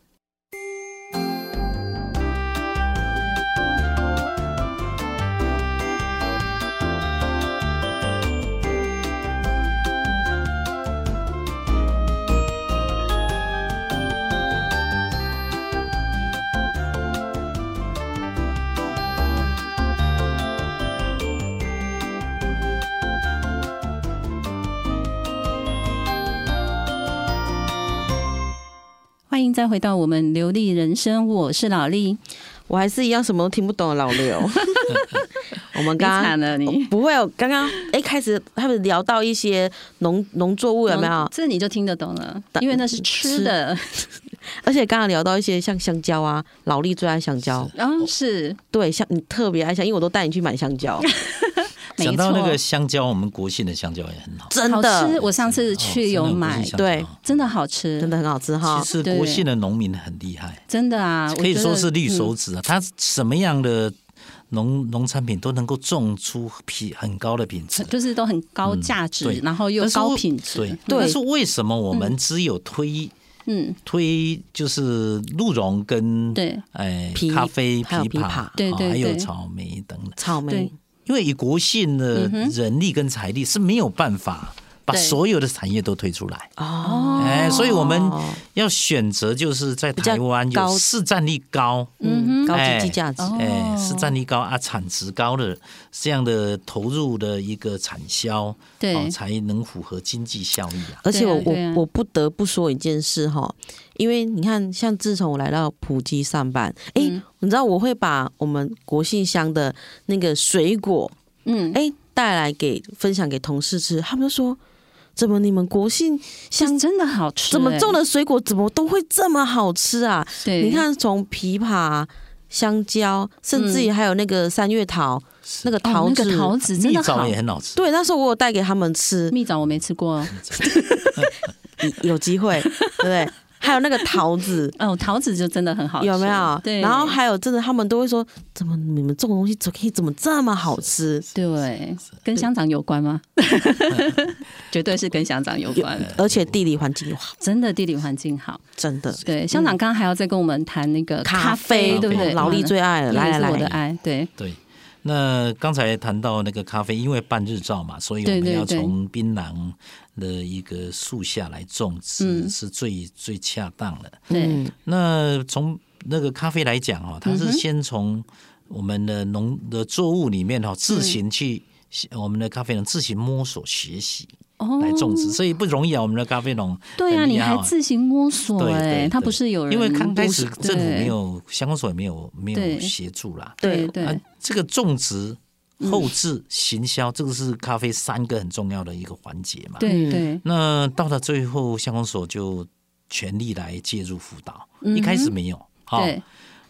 Speaker 1: 欢迎再回到我们流利人生，我是老丽。
Speaker 2: 我还是一样什么都听不懂的老 刘。我
Speaker 1: 你
Speaker 2: 们刚刚
Speaker 1: 惨了你
Speaker 2: 不会，我刚刚哎开始他们聊到一些农农作物有没有
Speaker 1: 嗯？这你就听得懂了，因为那是吃
Speaker 2: 吃
Speaker 1: 的。
Speaker 2: 而且刚刚聊到一些像香蕉啊，老力最爱香蕉，
Speaker 1: 然后哦是
Speaker 2: 对，像你特别爱香，因为我都带你去买香 蕉，
Speaker 1: 没
Speaker 3: 讲到那个
Speaker 1: 错
Speaker 3: 香蕉，我们国庆的香蕉也很好，
Speaker 2: 真
Speaker 1: 好吃，
Speaker 2: 的
Speaker 1: 我上次
Speaker 3: 哦
Speaker 1: 去有买，
Speaker 3: 真的国庆香蕉
Speaker 2: 对
Speaker 1: 真的好吃，
Speaker 2: 真的很好吃哈
Speaker 3: 其。实
Speaker 1: 对
Speaker 3: 国庆的农民很厉害，
Speaker 1: 真的啊，我
Speaker 3: 可以
Speaker 1: 觉
Speaker 3: 说
Speaker 1: 得
Speaker 3: 是绿手
Speaker 1: 嗯
Speaker 3: 指啊，他什么样的农农产品都能够种出品很高的品质。
Speaker 1: 嗯就是都很高价值，
Speaker 3: 嗯对
Speaker 1: 然后又
Speaker 3: 但是
Speaker 1: 高
Speaker 3: 我
Speaker 1: 品质。
Speaker 3: 对，
Speaker 2: 对
Speaker 3: 但是为什么我们只有推
Speaker 1: 嗯，
Speaker 3: 推就是鹿茸跟
Speaker 1: 对
Speaker 3: 哎
Speaker 2: 枇
Speaker 3: 咖啡
Speaker 2: 还有枇杷
Speaker 3: 杷，
Speaker 1: 对
Speaker 3: 哦
Speaker 1: 对
Speaker 3: 还有
Speaker 1: 对
Speaker 3: 草莓等等，
Speaker 2: 草莓
Speaker 1: 对，
Speaker 3: 因为以国信的人力跟财力是没有办法
Speaker 1: 嗯
Speaker 3: 把
Speaker 1: 对
Speaker 3: 所有的产业都推出来。
Speaker 2: 哦，
Speaker 3: 哎，所以我
Speaker 1: 嗯
Speaker 3: 们要选择就是在台湾
Speaker 2: 比较高
Speaker 3: 有市占率高，
Speaker 2: 嗯，高经济
Speaker 3: 哎
Speaker 2: 价值，
Speaker 1: 哦
Speaker 3: 哎，市占率高啊，产值高的这样的投入的一个产销，
Speaker 1: 对
Speaker 3: 哦才能符合经济效益啊。
Speaker 2: 而且我、
Speaker 1: 对啊对啊
Speaker 2: 我我不得不说一件事哈，因为你看，像自从我来到普吉上班，哎、
Speaker 1: 嗯
Speaker 2: 你知道我会把我们国信乡的那个水果，
Speaker 1: 嗯，
Speaker 2: 哎、带来给分享给同事吃，他们就说，怎么你们国信
Speaker 1: 是
Speaker 2: 乡
Speaker 1: 真的好吃、
Speaker 2: 怎么种
Speaker 1: 的？
Speaker 2: 的水果怎么都会这么好吃啊？
Speaker 1: 对，
Speaker 2: 你看，从枇杷、香蕉，甚至于还有那个三月桃，那个
Speaker 1: 嗯哦
Speaker 2: 桃子。
Speaker 1: 那个桃子真
Speaker 3: 蜜
Speaker 1: 的好
Speaker 3: 枣也。很好吃，
Speaker 2: 对，那时候我有带给他们吃，
Speaker 1: 蜜枣我没吃过，
Speaker 2: 有 机会，对不对？还有那个桃子，
Speaker 1: 哦，桃子就真的很好吃，
Speaker 2: 有没有？
Speaker 1: 对，
Speaker 2: 然后还有真的，他们都会说，怎么你们这种东西怎么可以怎么这么好吃？
Speaker 1: 对，跟乡长有关 吗？绝对是跟乡长有
Speaker 2: 有
Speaker 1: 关的，
Speaker 2: 而且地理环境又好，
Speaker 1: 真的地理环境好。
Speaker 2: 真的。
Speaker 1: 对，乡长刚刚还要再跟我们谈那个
Speaker 2: 咖
Speaker 1: 啡，
Speaker 2: 啡
Speaker 1: 对不对？
Speaker 2: 劳力最爱了，
Speaker 1: 那
Speaker 2: 来
Speaker 1: 也
Speaker 2: 来
Speaker 1: 是我的
Speaker 2: 来，
Speaker 1: 爱，对，
Speaker 3: 对。那刚才谈到那个咖啡，因为半日照嘛，所以我
Speaker 1: 对
Speaker 3: 们
Speaker 1: 对
Speaker 3: 要
Speaker 1: 对
Speaker 3: 从槟榔的一个树下来种植，
Speaker 1: 嗯
Speaker 3: 是最最恰当的。
Speaker 1: 对，
Speaker 3: 那从那个咖啡来讲哦，
Speaker 1: 嗯
Speaker 3: 它是先从我们的农的作物里面哈、哦、自行去、我们的咖啡农自行摸索学习
Speaker 1: 哦
Speaker 3: 来种植，所以不容易啊。我们的咖啡农
Speaker 1: 对啊，
Speaker 3: 很厉
Speaker 1: 你
Speaker 3: 害
Speaker 1: 还
Speaker 3: 哦
Speaker 1: 自行摸索
Speaker 3: 对
Speaker 1: 哎，
Speaker 3: 对
Speaker 1: 他不
Speaker 3: 对
Speaker 1: 是有人
Speaker 3: 因为刚开
Speaker 1: 督
Speaker 3: 始
Speaker 1: 促
Speaker 3: 政府没，
Speaker 1: 对
Speaker 3: 有相关所也没有没有
Speaker 1: 对
Speaker 3: 协助啦。
Speaker 1: 对
Speaker 3: 啊
Speaker 1: 对，
Speaker 3: 这个种植、后置、行销，这个是咖啡三个很重要的一个环节嘛。
Speaker 1: 对对，
Speaker 3: 那到了最后，乡公所就全力来介入辅导，
Speaker 1: 嗯哼
Speaker 3: 一开始没有。好
Speaker 1: 对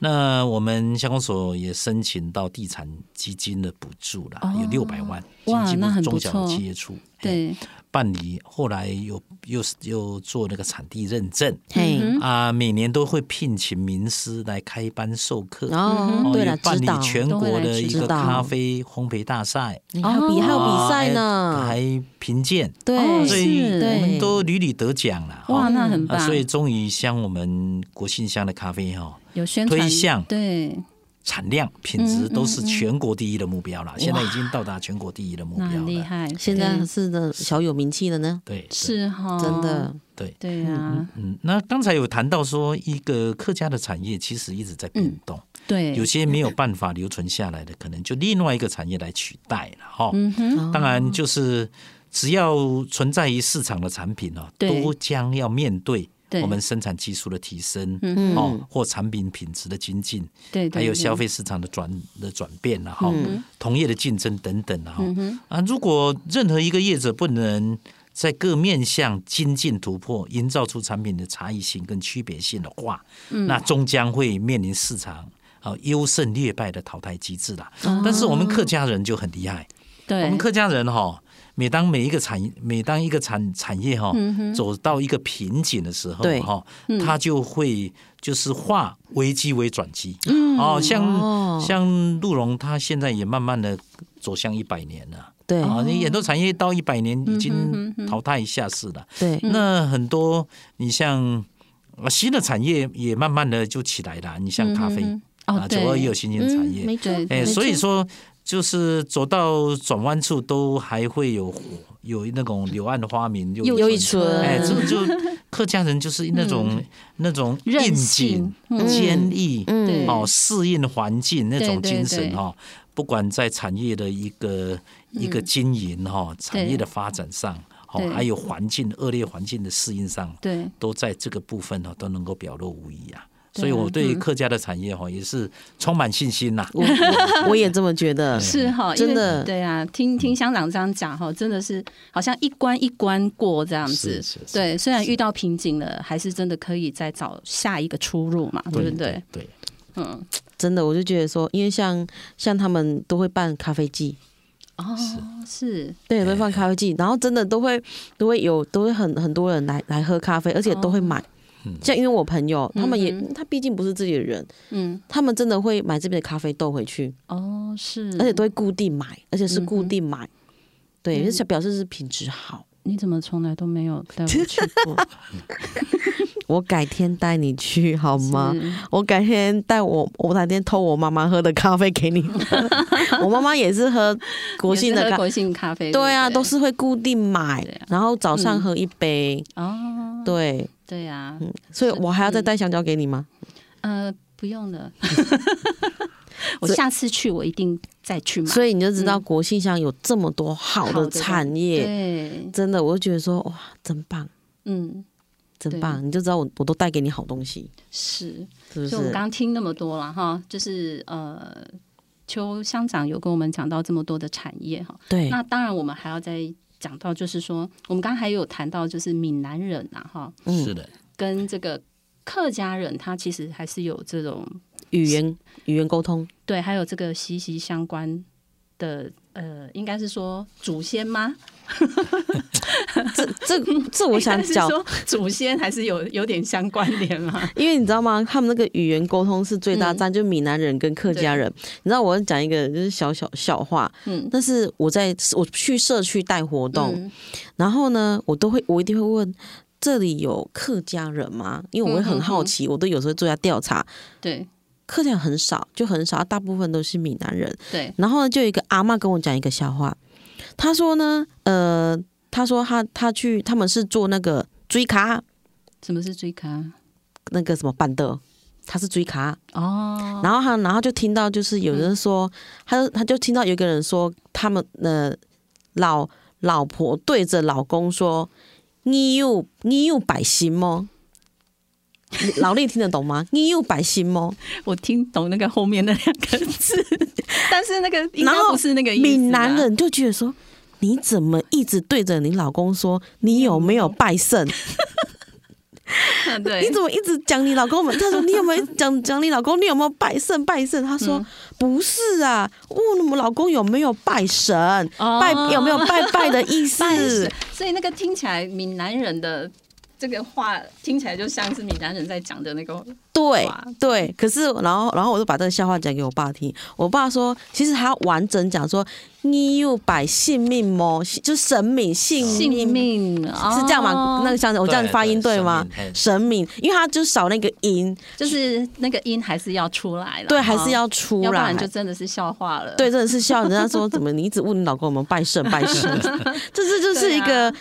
Speaker 3: 那我们乡公所也申请到地产基金的补助啦，
Speaker 1: 哦
Speaker 3: 有六百万，
Speaker 1: 哇
Speaker 3: 基金
Speaker 1: 那很不
Speaker 3: 中小
Speaker 1: 错
Speaker 3: 企业处，嘿
Speaker 1: 对，
Speaker 3: 办理后来又又又做那个产地认证。
Speaker 2: 嘿，
Speaker 1: 嗯
Speaker 3: 啊，每年都会聘请名师来开班授课，
Speaker 2: 然后
Speaker 1: 嗯
Speaker 3: 哦
Speaker 2: 对
Speaker 3: 也
Speaker 2: 了，
Speaker 3: 办
Speaker 2: 指
Speaker 3: 理
Speaker 2: 导
Speaker 3: 全
Speaker 1: 都会
Speaker 3: 国
Speaker 1: 来
Speaker 3: 的一
Speaker 2: 指
Speaker 3: 个
Speaker 2: 导
Speaker 3: 咖啡烘焙大赛，
Speaker 2: 你还有比
Speaker 1: 哦
Speaker 2: 还有比赛
Speaker 3: 啊
Speaker 2: 呢，
Speaker 3: 还评鉴，
Speaker 1: 哦
Speaker 2: 对，
Speaker 3: 所
Speaker 1: 是
Speaker 3: 以
Speaker 2: 对
Speaker 3: 我们都屡屡得奖了。
Speaker 1: 哇，
Speaker 3: 哦
Speaker 1: 那很
Speaker 3: 啊，
Speaker 1: 棒，
Speaker 3: 所以终于向我们国信乡的咖啡哈、哦，
Speaker 1: 有宣传
Speaker 3: 推向
Speaker 1: 对，
Speaker 3: 产量、品
Speaker 1: 嗯
Speaker 3: 质都是全国第一的目标了，现在已经到达全国第一的目
Speaker 1: 那
Speaker 3: 标
Speaker 1: 很厉
Speaker 3: 了。
Speaker 1: 害，
Speaker 2: 现在
Speaker 1: 对
Speaker 2: 是的小有名气了呢，
Speaker 3: 对，
Speaker 1: 是哈，
Speaker 2: 真，的，
Speaker 3: 对，对
Speaker 1: 对啊，
Speaker 3: 嗯，那刚才有谈到说，一个客家的产业其实一直在变动，
Speaker 1: 嗯对，
Speaker 3: 有些没有办法留存下来的，可能就另外一个产业来取代了哈。
Speaker 1: 嗯哼，
Speaker 3: 当然，就是只要存在于市场的产品哦，
Speaker 1: 对
Speaker 3: 都将要面对
Speaker 1: 对
Speaker 3: 我们生产技术的提升，
Speaker 1: 嗯
Speaker 3: 哦，或产品品质的精进，
Speaker 1: 对，对嗯
Speaker 3: 还有消，
Speaker 1: 对
Speaker 3: 费市场的转的转变了哈，同业的竞争等等了哈。
Speaker 1: 嗯
Speaker 3: 啊，如果任何一个业者不能在各面向精进突破，营造出产品的差异性跟区别性的话，
Speaker 1: 嗯
Speaker 3: 那终将会面临市场。啊，优胜劣败的淘汰机制啦。
Speaker 1: 哦
Speaker 3: 但是我们客家人就很厉害，
Speaker 1: 对，
Speaker 3: 我们客家人哈、每当每一个产业，每当一个产产业哈、走到一个瓶颈的时候
Speaker 2: 对
Speaker 3: 哈、他就会就是化危机为转机。哦，像、
Speaker 2: 哦
Speaker 3: 像鹿茸，它现在也慢慢的走向一百年了。
Speaker 2: 对
Speaker 3: 啊，你演奏产业到一百年已经淘汰下市了。
Speaker 1: 哦
Speaker 2: 对，
Speaker 3: 那很多你像呃新的产业也慢慢的就起来了，你像咖啡、
Speaker 1: 哦
Speaker 3: 啊，，
Speaker 1: 对嗯
Speaker 3: 九二也有新兴产业，
Speaker 2: 没错
Speaker 1: 对，
Speaker 3: 哎、
Speaker 2: 没
Speaker 3: 所以
Speaker 2: 错
Speaker 3: 说就是走到转弯处都还会有有那种柳暗花明又
Speaker 2: 又一
Speaker 3: 村。
Speaker 2: 村，
Speaker 3: 哎，这就客家人就是那种、那种
Speaker 1: 嗯韧
Speaker 3: 应
Speaker 1: 性嗯
Speaker 3: 景、坚毅，
Speaker 2: 嗯
Speaker 1: 对
Speaker 3: 哦，适应环境那
Speaker 1: 对
Speaker 3: 种
Speaker 1: 对
Speaker 3: 精神
Speaker 1: 对嗯
Speaker 3: 哈、哦，不管在产业的一个、一个经营哈、哦，产业的发展上哦
Speaker 1: 对，
Speaker 3: 还有环境恶劣环境的适应上，
Speaker 1: 对，
Speaker 3: 都在这个部分哦都能够表露无遗
Speaker 1: 对
Speaker 3: 啊。
Speaker 1: 啊
Speaker 3: 所以我对客家的产业哦也是充满信心呐、
Speaker 2: 我我我也这么觉 得，
Speaker 1: 是哈，因
Speaker 2: 真
Speaker 1: 为
Speaker 2: 的
Speaker 1: 对啊，
Speaker 3: 嗯
Speaker 1: 听听乡长这样讲哈，真的是好像一关一关过这样子
Speaker 3: 是是。是
Speaker 1: 对，虽然遇到瓶颈了，还是真的可以再找下一个出路嘛，对不对
Speaker 3: 对？对，
Speaker 1: 嗯，
Speaker 2: 真的，我就觉得说，因为像像他们都会办咖啡季，
Speaker 1: 哦，是，
Speaker 2: 对，都会办咖啡季，然后真的都会都会有都会很很多人来来喝咖啡，而且都会买。像因为我朋友，他们也、
Speaker 1: 哦嗯
Speaker 2: 他毕竟不是自己的人，
Speaker 1: 嗯，
Speaker 2: 他们真的会买这边的咖啡豆回去，
Speaker 1: 哦，是，
Speaker 2: 而且都会固定买，而且是固定
Speaker 1: 嗯
Speaker 2: 买，对，就是表示是品质 好。
Speaker 1: 你怎么从来都没有带我去过？
Speaker 2: 我改天带你去好吗？
Speaker 1: 是
Speaker 2: 我改天带我，我哪天偷我妈妈喝的咖啡 给你。我妈妈也是喝国
Speaker 1: 也是
Speaker 2: 信的
Speaker 1: 喝
Speaker 2: 咖，
Speaker 1: 国信咖啡，
Speaker 2: 对啊，
Speaker 1: 不
Speaker 2: 都是会固定买
Speaker 1: 对啊，
Speaker 2: 然后早上喝一杯，
Speaker 1: 哦，
Speaker 2: 对，
Speaker 1: 对啊，
Speaker 2: 所以我还要再带香蕉给你吗？
Speaker 1: 呃，不用 了，我下次去我一定再去买。
Speaker 2: 所以你就知道国信乡有这么多好
Speaker 1: 嗯好
Speaker 2: 的
Speaker 1: 的
Speaker 2: 产业，
Speaker 1: 对，
Speaker 2: 真的，我就觉得说哇，真棒，
Speaker 1: 嗯，
Speaker 2: 真
Speaker 1: 对
Speaker 2: 棒！你就知道我我都带给你好东西，
Speaker 1: 是。
Speaker 2: 是
Speaker 1: 所
Speaker 2: 不
Speaker 1: 以我们
Speaker 2: 是
Speaker 1: 刚？刚听那么多了哈，就是呃，邱乡长有跟我们讲到这么多的产业哈，
Speaker 2: 对，
Speaker 1: 那当然我们还要再讲到，就是说我们刚刚还有谈到就是闽南人啊哈，
Speaker 2: 嗯
Speaker 3: 是的，
Speaker 1: 跟这个客家人他其实还是有这种
Speaker 2: 语言语言沟通，
Speaker 1: 对，还有这个息息相关的呃，应该是说祖先吗？
Speaker 2: 这这这 我 想
Speaker 1: 应该哎是
Speaker 2: 讲，
Speaker 1: 说祖先还是有有点相关联啊嘛？
Speaker 2: 因为你知道吗？他们那个语言沟通是最大战，就闽南人跟客家人。你知道我要讲一个就是小小笑话，
Speaker 1: 嗯，
Speaker 2: 但是我在我去社区带活动，
Speaker 1: 嗯
Speaker 2: 然后呢，我都会我一定会问。这里有客家人吗？因为我会很好奇，我都有时候做一下调查，
Speaker 1: 对
Speaker 2: 客家人很少，就很少，大部分都是闽南人。
Speaker 1: 对，
Speaker 2: 然后呢，就有一个阿嬷跟我讲一个笑话，她说呢，呃，她说她她去他们是做那个追卡
Speaker 1: 什么是追咖？
Speaker 2: 那个什么板的，她是追卡，
Speaker 1: 哦，
Speaker 2: 然后她然后就听到就是有人说，她就她就听到有一个人说他们呃老老婆对着老公说，你有你有百心吗？ 老力听得懂吗？你有百心吗？
Speaker 1: 我听懂那个后面那两个字， 但是那个应该
Speaker 2: 然后
Speaker 1: 不是那个意思啊吧
Speaker 2: 闽南人就觉得说，你怎么一直对着你老公说你有没有拜圣？
Speaker 1: 对，
Speaker 2: 你怎么一直讲你老公们？他说你有没有讲讲你老公？你有没有拜圣拜圣？他
Speaker 1: 嗯
Speaker 2: 说、不是啊，问我们老公有没有拜神，
Speaker 1: 哦
Speaker 2: 拜有没有拜拜的意 思？
Speaker 1: 所以那个听起来闽南人的这个话听起来就像是闽南人在讲的那个
Speaker 2: 对
Speaker 1: 哇
Speaker 2: 对，可是然后然后我就把这个笑话讲给我爸听，我爸说其实他要完整讲说你有拜性命吗？就神明性
Speaker 1: 性命，
Speaker 2: 嗯是这样吗？
Speaker 1: 哦
Speaker 2: 那个像我这样
Speaker 3: 对
Speaker 2: 发音
Speaker 3: 对
Speaker 2: 对吗
Speaker 3: 神明？嘿
Speaker 2: 神明，因为他就少那个音，
Speaker 1: 就是那个音还是要出来了，
Speaker 2: 对，
Speaker 1: 哦
Speaker 2: 还是要出
Speaker 1: 要不
Speaker 2: 来
Speaker 1: 然。就真的是笑话了。
Speaker 2: 对，真的是笑人家说怎么你一直问你老公我们拜神拜神， 这是就是一个。
Speaker 1: 啊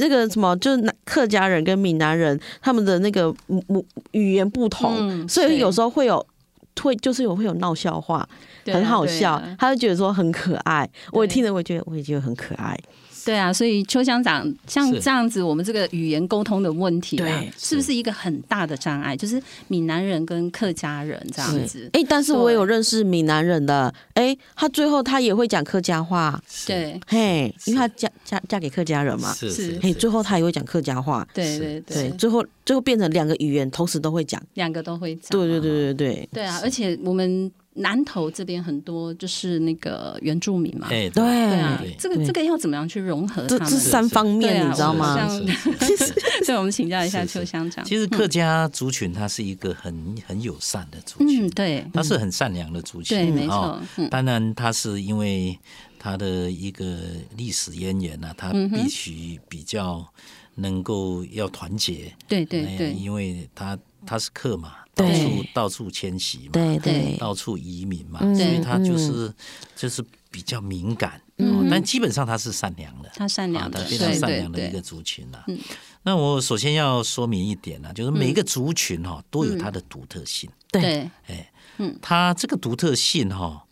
Speaker 2: 那个什么，就是南客家人跟闽南人他们的那个母母语言不同，
Speaker 1: 嗯
Speaker 2: 所以有
Speaker 1: 是
Speaker 2: 时候会有会就是有会有闹笑话，
Speaker 1: 对啊，
Speaker 2: 很好
Speaker 1: 对
Speaker 2: 笑，
Speaker 1: 啊
Speaker 2: 他就觉得说很可爱。我
Speaker 1: 对
Speaker 2: 听了，我也觉得我也觉得很可爱。
Speaker 1: 对啊，所以邱乡长像
Speaker 3: 是
Speaker 1: 这样子，我们这个语言沟通的问题啊
Speaker 2: 对，
Speaker 1: 是不是一个很大的障碍？就是闽南人跟客家人这样子，
Speaker 2: 哎、但是我
Speaker 1: 对
Speaker 2: 有认识闽南人的，哎、他最后他也会讲客家话，
Speaker 1: 对
Speaker 2: 嘿，
Speaker 3: 是
Speaker 2: 因为她嫁嫁嫁给客家人嘛，
Speaker 3: 是
Speaker 1: 是哎
Speaker 3: 是
Speaker 2: 嘿，
Speaker 3: 是，
Speaker 2: 最后她也会讲客家话，
Speaker 1: 对
Speaker 3: 是
Speaker 1: 对
Speaker 2: 对，
Speaker 1: 对，
Speaker 2: 最后最后变成两个语言同时都会讲，
Speaker 1: 两个都会讲。啊
Speaker 2: 对对对对对
Speaker 1: 对啊，而且我们南投这边很多就是那个原住民嘛，
Speaker 3: 哎，对，
Speaker 1: 对
Speaker 2: 对
Speaker 1: 啊
Speaker 3: 对，
Speaker 1: 这个
Speaker 2: 对
Speaker 1: 这个要怎么样去融合
Speaker 2: 这
Speaker 1: 他
Speaker 2: 这
Speaker 1: 们？
Speaker 2: 三方
Speaker 1: 对
Speaker 2: 面
Speaker 1: 啊
Speaker 2: 你知道
Speaker 1: 我
Speaker 2: 吗？
Speaker 1: 像
Speaker 3: 是是是
Speaker 1: 所以我们请教一下
Speaker 3: 是是
Speaker 1: 邱乡长。
Speaker 3: 其实客家族群它是一个很很友善的族群
Speaker 1: 嗯，，对
Speaker 3: 它是很善良的族群，
Speaker 1: 对，没错，
Speaker 3: 哦
Speaker 1: 嗯
Speaker 3: 当然，它是因为它的一个历史渊源啊，它
Speaker 1: 嗯哼
Speaker 3: 必须比较能够要团结，
Speaker 1: 对对
Speaker 3: 哎
Speaker 1: 对
Speaker 3: 因为它它是客嘛，到
Speaker 2: 对
Speaker 3: 处到处迁徙嘛，
Speaker 2: 对
Speaker 1: 对
Speaker 2: 对
Speaker 3: 到处移民嘛，
Speaker 2: 嗯
Speaker 3: 所以它就
Speaker 2: 嗯
Speaker 3: 是就是比较敏感，
Speaker 1: 嗯
Speaker 3: 哦
Speaker 1: 哼
Speaker 3: 但基本上它是善良的，
Speaker 1: 他善良的，
Speaker 3: 啊，他
Speaker 1: 对
Speaker 3: 非常善
Speaker 1: 对
Speaker 3: 良的一个
Speaker 1: 对，
Speaker 3: 族群啊
Speaker 1: 嗯。
Speaker 3: 那我首先要说明一点呢、啊，就是每一个族群哦哈、
Speaker 1: 嗯
Speaker 3: 都有它的独特性，
Speaker 2: 对
Speaker 1: 对
Speaker 3: 它这个独特性哈、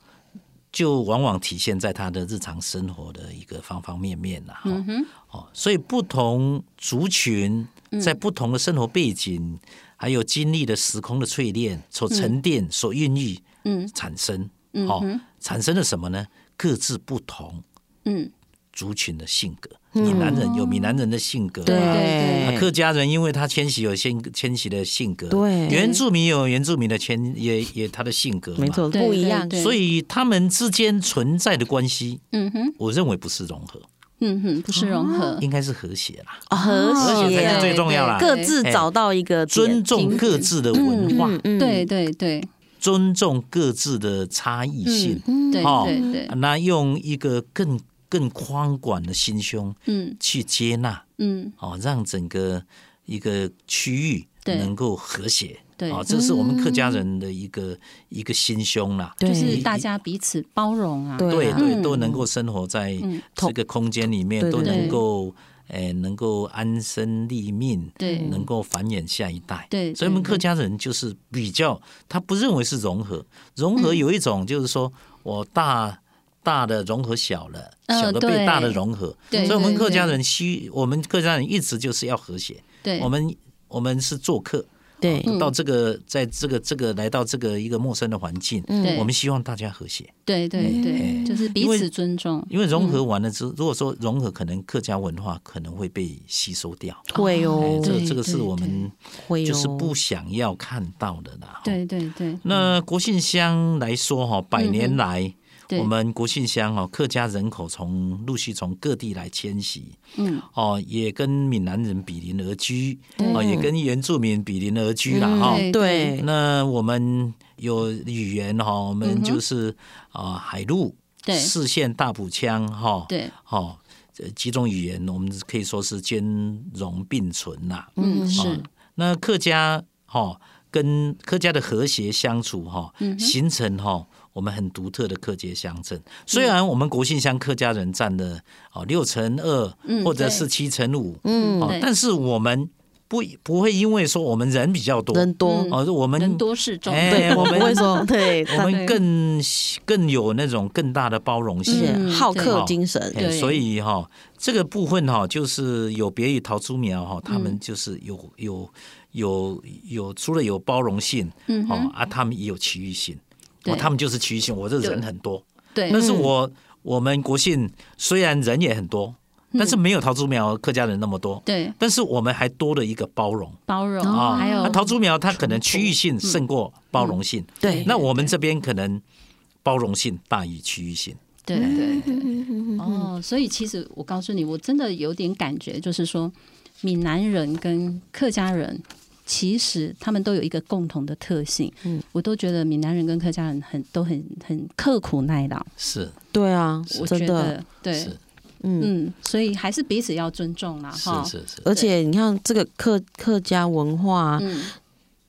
Speaker 3: 就往往体现在他的日常生活的一个方方面面啦、哦哦，所以不同族群在不同的生活背景，还有经历的时空的淬炼所沉淀、所孕育，嗯，产生，哦，产生了什么呢？各自不同
Speaker 1: 嗯，
Speaker 3: 族群的性格。闽南人有闽南人的性格、啊，
Speaker 1: 对
Speaker 3: 啊客家人因为他迁徙有迁迁徙的性格，
Speaker 2: 对
Speaker 3: 原住民有原住民的迁也也他的性格嘛，
Speaker 2: 没错，
Speaker 1: 对
Speaker 2: 不一样
Speaker 1: 对，对
Speaker 3: 所以他们之间存在的关系，
Speaker 1: 嗯哼，
Speaker 3: 我认为不是融合，
Speaker 1: 嗯哼，不是融合，
Speaker 3: 应该是和谐啦，
Speaker 2: 哦和
Speaker 3: 和
Speaker 2: 谐
Speaker 3: 谐才
Speaker 2: 啊
Speaker 3: 是最重要啦
Speaker 1: 对
Speaker 2: 各自找到一个
Speaker 3: 尊
Speaker 2: 点，
Speaker 3: 重各自的文化，
Speaker 2: 嗯
Speaker 1: 对对对，
Speaker 3: 尊重各自的差异性，
Speaker 1: 嗯，对
Speaker 3: 哦
Speaker 1: 对对，
Speaker 3: 那用一个更更宽广的心胸
Speaker 1: 嗯
Speaker 3: 去接纳，
Speaker 1: 嗯，
Speaker 3: 哦，让整个一个区域
Speaker 1: 对
Speaker 3: 能够和谐。
Speaker 1: 对嗯
Speaker 3: 哦，这是我们客家人的一个、一个心胸啦。
Speaker 2: 对
Speaker 1: 就是大家彼此包容啊，
Speaker 3: 对
Speaker 2: 啊
Speaker 3: 对，
Speaker 1: 嗯
Speaker 3: 都能够生活在这个空间里面，
Speaker 2: 对
Speaker 3: 都
Speaker 2: 对
Speaker 3: 能
Speaker 1: 对
Speaker 3: 够诶、呃能够安身立命，
Speaker 1: 对
Speaker 3: 能够繁衍下一代。
Speaker 1: 嗯对
Speaker 3: 所以我们
Speaker 1: 对
Speaker 3: 客家人就是比较，他不认为是融合，融
Speaker 1: 嗯
Speaker 3: 合有一种就是说我大。大的融合小了，
Speaker 1: 呃
Speaker 3: 小的被
Speaker 1: 对
Speaker 3: 大的融合，
Speaker 1: 对
Speaker 3: 所以我们
Speaker 1: 对
Speaker 3: 客家
Speaker 1: 对
Speaker 3: 人需，我们客家人一直就是要和谐，
Speaker 1: 对，
Speaker 3: 我们我们是做客，啊
Speaker 2: 对
Speaker 1: 嗯
Speaker 3: 到这个在这个这个来到这个一个陌生的环境，
Speaker 1: 嗯对
Speaker 3: 我们希望大家和谐，
Speaker 1: 对对对，就是彼
Speaker 3: 因为
Speaker 1: 此尊重，
Speaker 3: 因为融
Speaker 1: 嗯
Speaker 3: 合完了之，如果说融合，可能客家文化可能会被吸收掉。
Speaker 2: 会
Speaker 3: 哎
Speaker 2: 哦，
Speaker 3: 这
Speaker 1: 对
Speaker 3: 这个是
Speaker 1: 对
Speaker 3: 我们
Speaker 2: 会哦，
Speaker 3: 就是不想要看到的啦。
Speaker 1: 对对对
Speaker 3: 那国信乡来说哈，百年来。
Speaker 1: 嗯对，
Speaker 3: 我们国信乡哦，客家人口从陆续从各地来迁徙，
Speaker 1: 嗯
Speaker 3: 哦，也跟闽南人比邻而居，
Speaker 1: 对
Speaker 3: 哦，也跟原住民比邻而居啦
Speaker 2: 嗯
Speaker 3: 哈、
Speaker 1: 嗯对
Speaker 2: 对，
Speaker 3: 那我们有语言哈，我们就是啊、呃海陆、
Speaker 1: 嗯对
Speaker 3: 四县大埔腔哈，，
Speaker 1: 对，
Speaker 3: 哦，这几种语言我们可以说是兼容并存啦、
Speaker 1: 嗯是
Speaker 3: 哦，那客家哈、哦跟客家的和谐相处哈、哦
Speaker 1: 嗯
Speaker 3: 形成哈、哦我们很独特的客家乡镇。虽
Speaker 1: 嗯
Speaker 3: 然我们国姓乡客家人占了哦六成二
Speaker 1: 嗯，
Speaker 3: 或者
Speaker 1: 对
Speaker 3: 是七成五，
Speaker 2: 嗯，
Speaker 3: 哦
Speaker 1: 对，
Speaker 3: 但是我们不不会因为说我们人比较多，
Speaker 2: 人多，
Speaker 1: 嗯
Speaker 3: 哦，我们
Speaker 1: 人多势众，
Speaker 3: 哎
Speaker 2: 对我
Speaker 3: 我
Speaker 2: 不
Speaker 3: 们
Speaker 2: 会说，对，
Speaker 3: 我
Speaker 2: 他
Speaker 3: 们更更有那种更大的包容性。
Speaker 2: 是
Speaker 1: 嗯
Speaker 2: 好
Speaker 1: 对
Speaker 2: 客精神，
Speaker 3: 哎
Speaker 1: 对
Speaker 3: 所以哈、这个部分哈、就是有别于桃竹苗哈、他
Speaker 1: 嗯
Speaker 3: 们就是有、有有有，除了有包容性，
Speaker 1: 嗯
Speaker 3: 哦
Speaker 1: 哼
Speaker 3: 啊，他们也有区域性，
Speaker 1: 对
Speaker 3: 哦，他们就是区域性。我这人很多，
Speaker 1: 对，嗯
Speaker 3: 但是我我们国信虽然人也很多，
Speaker 1: 嗯
Speaker 3: 但是没有桃竹苗客家人那么多，
Speaker 1: 对
Speaker 3: 但是我们还多了一个包容。
Speaker 1: 包容
Speaker 3: 啊，
Speaker 1: 还有
Speaker 3: 那桃竹苗它可能区域
Speaker 1: 嗯
Speaker 3: 性胜过包容性，
Speaker 2: 对
Speaker 3: 那我们这边可能包容性大于区域性，
Speaker 1: 对对对，哦，所以其实我告诉你，我真的有点感觉，就是说，闽南人跟客家人，其实他们都有一个共同的特性，嗯，我都觉得闽南人跟客家人很都很很刻苦耐劳，
Speaker 3: 是
Speaker 2: 对啊，
Speaker 1: 我
Speaker 2: 真
Speaker 1: 觉
Speaker 2: 的，
Speaker 1: 得对
Speaker 3: 是，
Speaker 2: 嗯。
Speaker 1: 嗯，所以还是彼此要尊重啦，哈
Speaker 3: 是，是是，
Speaker 2: 而且你看，这个客客家文化啊、
Speaker 1: 嗯，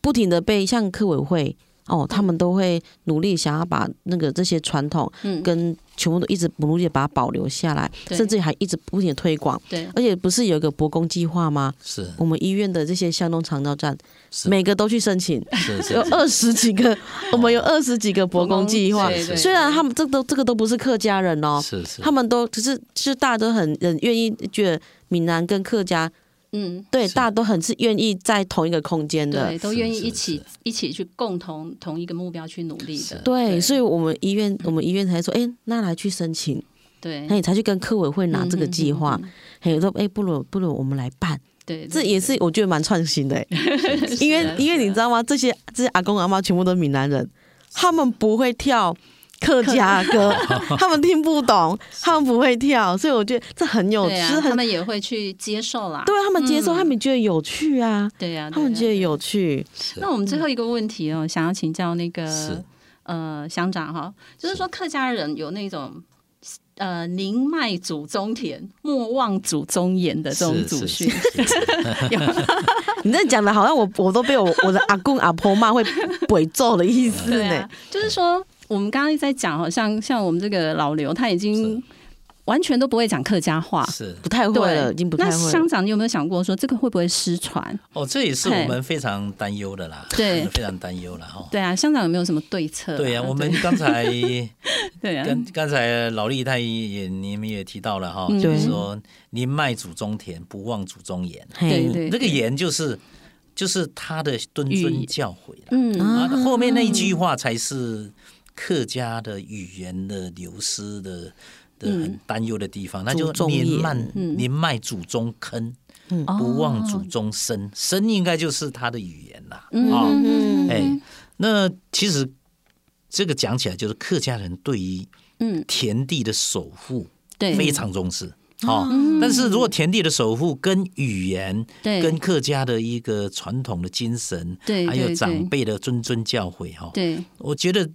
Speaker 2: 不停的被像客委会哦，他们都会努力想要把那个这些传统
Speaker 1: 嗯
Speaker 2: 跟全部都一直努力地把它保留下来，
Speaker 1: 对
Speaker 2: 甚至还一直不停的推广。
Speaker 1: 对
Speaker 2: 而且不是有一个博工计划吗？
Speaker 3: 是
Speaker 2: 我们医院的这些巷弄肠道站，
Speaker 3: 是
Speaker 2: 每个都去申请，
Speaker 3: 是是
Speaker 2: 有
Speaker 3: 是
Speaker 2: 二十几个，我们有二十几个博工计划。
Speaker 1: 对对
Speaker 2: 虽然他们这都这个都不是客家人哦，
Speaker 3: 是是，
Speaker 2: 他们都只是就是大家都很很愿意，觉得闽南跟客家
Speaker 1: 嗯。
Speaker 2: 对
Speaker 3: 是
Speaker 2: 大家都很是愿意在同一个空间的
Speaker 1: 对，。都
Speaker 3: 是
Speaker 1: 愿意
Speaker 3: 是
Speaker 1: 一起
Speaker 3: 是
Speaker 1: 一起去共同同一个目标去努力的，嗯
Speaker 2: 对，所以我们医院，我们医院才说，哎，那来去申请，
Speaker 1: 对
Speaker 2: 那你才去跟科委会拿这个计划
Speaker 1: 嗯哼，
Speaker 2: 还有说，哎，不如不如我们来办，
Speaker 1: 对，对啊
Speaker 2: 这也是我觉得蛮 创新的，诶因为因为你知道吗？这些这些阿公阿妈全部都闽南人，他们不会跳客家 歌，他们听不懂，他们不会跳，所以我觉得这很有，
Speaker 1: 对
Speaker 2: 是
Speaker 1: 啊，他
Speaker 2: 很
Speaker 1: 们也会去接受啦，
Speaker 2: 对啊他们接受，
Speaker 1: 嗯
Speaker 2: 他们觉得有趣啊，
Speaker 1: 对呀、啊，
Speaker 2: 他们
Speaker 1: 对啊
Speaker 2: 觉得有趣，
Speaker 1: 那我们最后一个问题哦，想要请教那
Speaker 3: 是
Speaker 1: 个呃乡长哈，就是说客家人有那种呃宁迈祖宗田，莫忘祖宗言的这种
Speaker 3: 是
Speaker 1: 祖
Speaker 3: 是
Speaker 1: 训，
Speaker 3: 是是
Speaker 2: 你这讲的好像我 我都被我我的阿公阿婆骂会 鬼咒的意思
Speaker 1: 对啊
Speaker 2: 呢
Speaker 1: 啊。，就是说我们刚刚一直在讲，好像像我们这个老刘他已经。完全都不会讲客家话。
Speaker 3: 是
Speaker 2: 不太会了，
Speaker 1: 对，
Speaker 2: 已经不太
Speaker 1: 那
Speaker 2: 会了
Speaker 1: 乡。长，你有没有想过说这个会不会失传？
Speaker 3: 哦，这也是我们非常担忧的啦，
Speaker 1: 对
Speaker 3: 非常担忧了哈。
Speaker 1: 对啊，乡长有没有什么对策、
Speaker 3: 对
Speaker 2: 啊
Speaker 3: 呀、我们 刚才
Speaker 1: 对啊，
Speaker 3: 刚刚才老厉太也你们也提到了哈，
Speaker 1: 嗯
Speaker 3: 就是
Speaker 2: 对
Speaker 3: 说宁卖祖宗田，不忘祖宗言。嗯
Speaker 1: 对
Speaker 2: 嘿
Speaker 1: 对，
Speaker 3: 这个言就是就是他的敦
Speaker 1: 语
Speaker 3: 敦教诲了。
Speaker 1: 嗯
Speaker 3: 啊，后面那一句话才是客家的语言的流失的的很担忧的地方，那就
Speaker 2: 祖宗
Speaker 3: 年
Speaker 2: 言
Speaker 3: 迈
Speaker 1: 嗯
Speaker 3: 年迈祖宗坑，
Speaker 2: 嗯
Speaker 3: 不忘祖宗生，生应该就是他的语言啦。
Speaker 1: 嗯
Speaker 3: 啊、
Speaker 2: 嗯
Speaker 3: 哎，那其实这个讲起来就是客家人对于
Speaker 1: 嗯，
Speaker 3: 田地的守护
Speaker 1: 对，嗯
Speaker 3: 非常重视。哦，但是如果田地的守护跟语言、
Speaker 1: 对
Speaker 3: 跟客家的一个传统的精神，
Speaker 1: 嗯对
Speaker 3: 还
Speaker 1: 对
Speaker 3: 有
Speaker 1: 对
Speaker 3: 长辈的谆谆教诲，哈，
Speaker 1: 对，
Speaker 3: 我觉得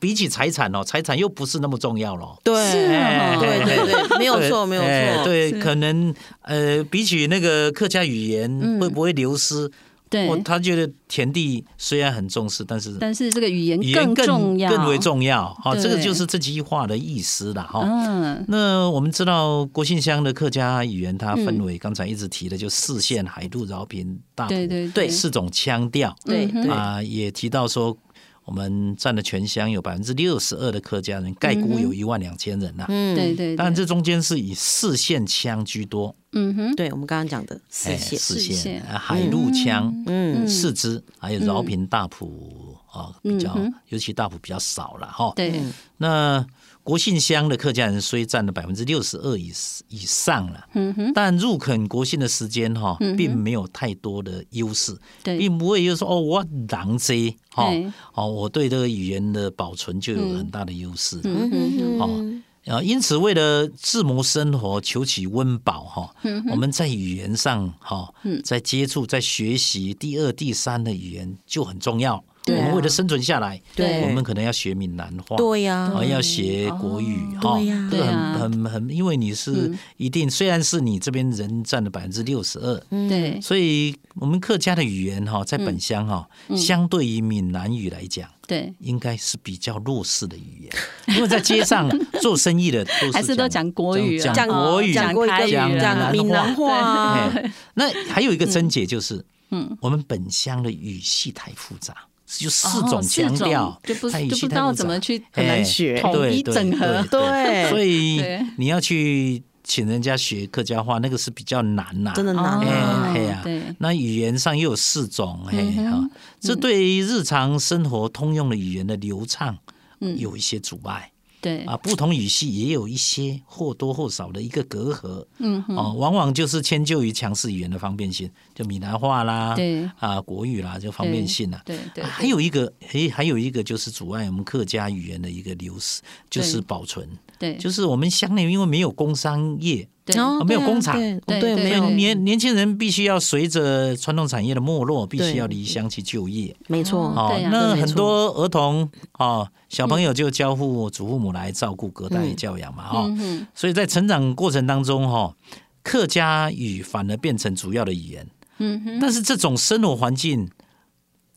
Speaker 3: 比起财产哦，财产又不是那么重要了。
Speaker 1: 是
Speaker 2: 对
Speaker 1: 啊
Speaker 3: 哎
Speaker 2: 对对对， 没有错，没有
Speaker 3: 哎
Speaker 2: 错，
Speaker 3: 对，可能呃，比起那个客家语言会不会流失？
Speaker 1: 嗯对
Speaker 3: 哦，他觉得田地虽然很重视，但是
Speaker 1: 但是这个语言
Speaker 3: 语言更
Speaker 1: 重要，
Speaker 3: 更为。重要。哦，
Speaker 1: 对
Speaker 3: 这个就是这句话的意思了哈。
Speaker 1: 嗯，
Speaker 3: 那我们知道国姓乡的客家语言，它分
Speaker 1: 嗯
Speaker 3: 为刚才一直提的，就四县、海陆、饶平、大埔
Speaker 1: 对对
Speaker 2: 对
Speaker 3: 四种腔调。
Speaker 2: 对
Speaker 1: 嗯
Speaker 2: 对
Speaker 3: 啊，也提到说，我们占了全乡有百分之六十二的客家人，概估有一万两千人呐、
Speaker 2: 嗯
Speaker 1: 对嗯对，
Speaker 3: 当然，这中间是以四县腔居多，
Speaker 1: 嗯哼，
Speaker 2: 对，我们刚刚讲的四
Speaker 3: 哎
Speaker 2: 线，
Speaker 3: 四
Speaker 1: 四县
Speaker 3: 县、啊海陆腔、
Speaker 2: 嗯，
Speaker 3: 四支，还有饶平、大埔哦，比较、
Speaker 1: 嗯哼
Speaker 3: 尤其大埔比较少了哈、哦。
Speaker 1: 对，
Speaker 3: 那国姓乡的客家人虽占了百分之六十二以以上了，
Speaker 1: 嗯哼，
Speaker 3: 但入垦国姓的时间哈、
Speaker 1: 嗯哼
Speaker 3: 并没有太多的优势，
Speaker 1: 对，嗯
Speaker 3: 并不会就是说哦，我狼这哈
Speaker 1: 对
Speaker 3: 哦，我对这个语言的保存就有很大的优势
Speaker 1: 嗯
Speaker 2: 嗯
Speaker 3: 哦。啊，因此为了自谋生活，求取温饱哈，
Speaker 2: 嗯
Speaker 3: 我们在语言上哈
Speaker 1: 嗯，
Speaker 3: 在接触、在学习第二、第三的语言就很重要。
Speaker 2: 对啊
Speaker 3: 我们为了生存下来，
Speaker 2: 对
Speaker 3: 我们可能要学闽南话，
Speaker 2: 对呀
Speaker 3: 啊，要学国语哈
Speaker 2: 对嗯呀，
Speaker 3: 这个
Speaker 1: 对啊
Speaker 3: 很很很，因为你是一定，虽然是你这边人占了百分之六十二，
Speaker 2: 嗯
Speaker 1: 对，
Speaker 3: 所以我们客家的语言哈，在本乡哈，
Speaker 2: 嗯
Speaker 3: 相对于闽南语来讲，
Speaker 1: 对，
Speaker 3: 应该是比较弱势的语言， 因为在街上 做生意的都是
Speaker 1: 还是都讲国语啊
Speaker 3: 讲
Speaker 2: 讲
Speaker 3: 国语，
Speaker 2: 讲国语
Speaker 1: 台语
Speaker 3: 讲
Speaker 1: 啊
Speaker 2: 讲闽南 话啊，
Speaker 3: 哎那还有一个症结就是，
Speaker 1: 嗯，
Speaker 3: 我们本乡的语系太复杂，就四
Speaker 1: 哦
Speaker 3: 种腔调，
Speaker 1: 就不
Speaker 3: 它语
Speaker 1: 就不
Speaker 3: 系
Speaker 1: 知
Speaker 3: 太
Speaker 1: 道
Speaker 3: 复杂
Speaker 1: 怎么去
Speaker 3: 哎
Speaker 2: 学
Speaker 1: 统一
Speaker 3: 对对
Speaker 1: 整合
Speaker 3: 对对
Speaker 2: 对
Speaker 3: 所以
Speaker 1: 对
Speaker 3: 你要去请人家学客家话，那个是比较难呐，
Speaker 2: 真的难
Speaker 3: 哎、
Speaker 2: 啊，
Speaker 1: 哦
Speaker 3: 嘿呀、
Speaker 1: 对
Speaker 3: 那语言上又有四种，嘿
Speaker 1: 嗯哼
Speaker 3: 哈、这对于日常生活通用的语言的流畅，
Speaker 1: 嗯
Speaker 3: 有一些阻碍、
Speaker 1: 对，
Speaker 3: 啊。不同语系也有一些或多或少的一个隔阂，
Speaker 1: 嗯哼，
Speaker 3: 哦，往往就是迁就于强势语言的方便性，就闽南话啦，
Speaker 1: 对
Speaker 3: 啊，国语啦，就方便性啦。
Speaker 1: 对对，
Speaker 3: 啊还有一个，诶，还有一个就是阻碍我们客家语言的一个流失，就是
Speaker 1: 对
Speaker 3: 保存，
Speaker 1: 对，
Speaker 3: 就是我们乡内因为没有工商业，
Speaker 1: 对嗯
Speaker 2: 哦
Speaker 3: 啊没有
Speaker 2: 对啊
Speaker 3: 工厂
Speaker 2: 对
Speaker 1: 对
Speaker 2: 对，
Speaker 1: 对
Speaker 2: 没有
Speaker 1: 对，
Speaker 3: 年年轻人必须要随着传统产业的没落，必须
Speaker 2: 对
Speaker 3: 要离乡去就业。
Speaker 2: 没错，
Speaker 3: 哦
Speaker 1: 嗯对呀，
Speaker 3: 那
Speaker 2: 对没
Speaker 3: 很
Speaker 2: 错
Speaker 3: 多儿童哦，小朋友就交付祖父母来照顾、隔代教养嘛，哈、
Speaker 1: 嗯哼，
Speaker 3: 所以在成长过程当中，哈，客家语反而变成主要的语言。
Speaker 1: 嗯哼，
Speaker 3: 但是这种生活环境，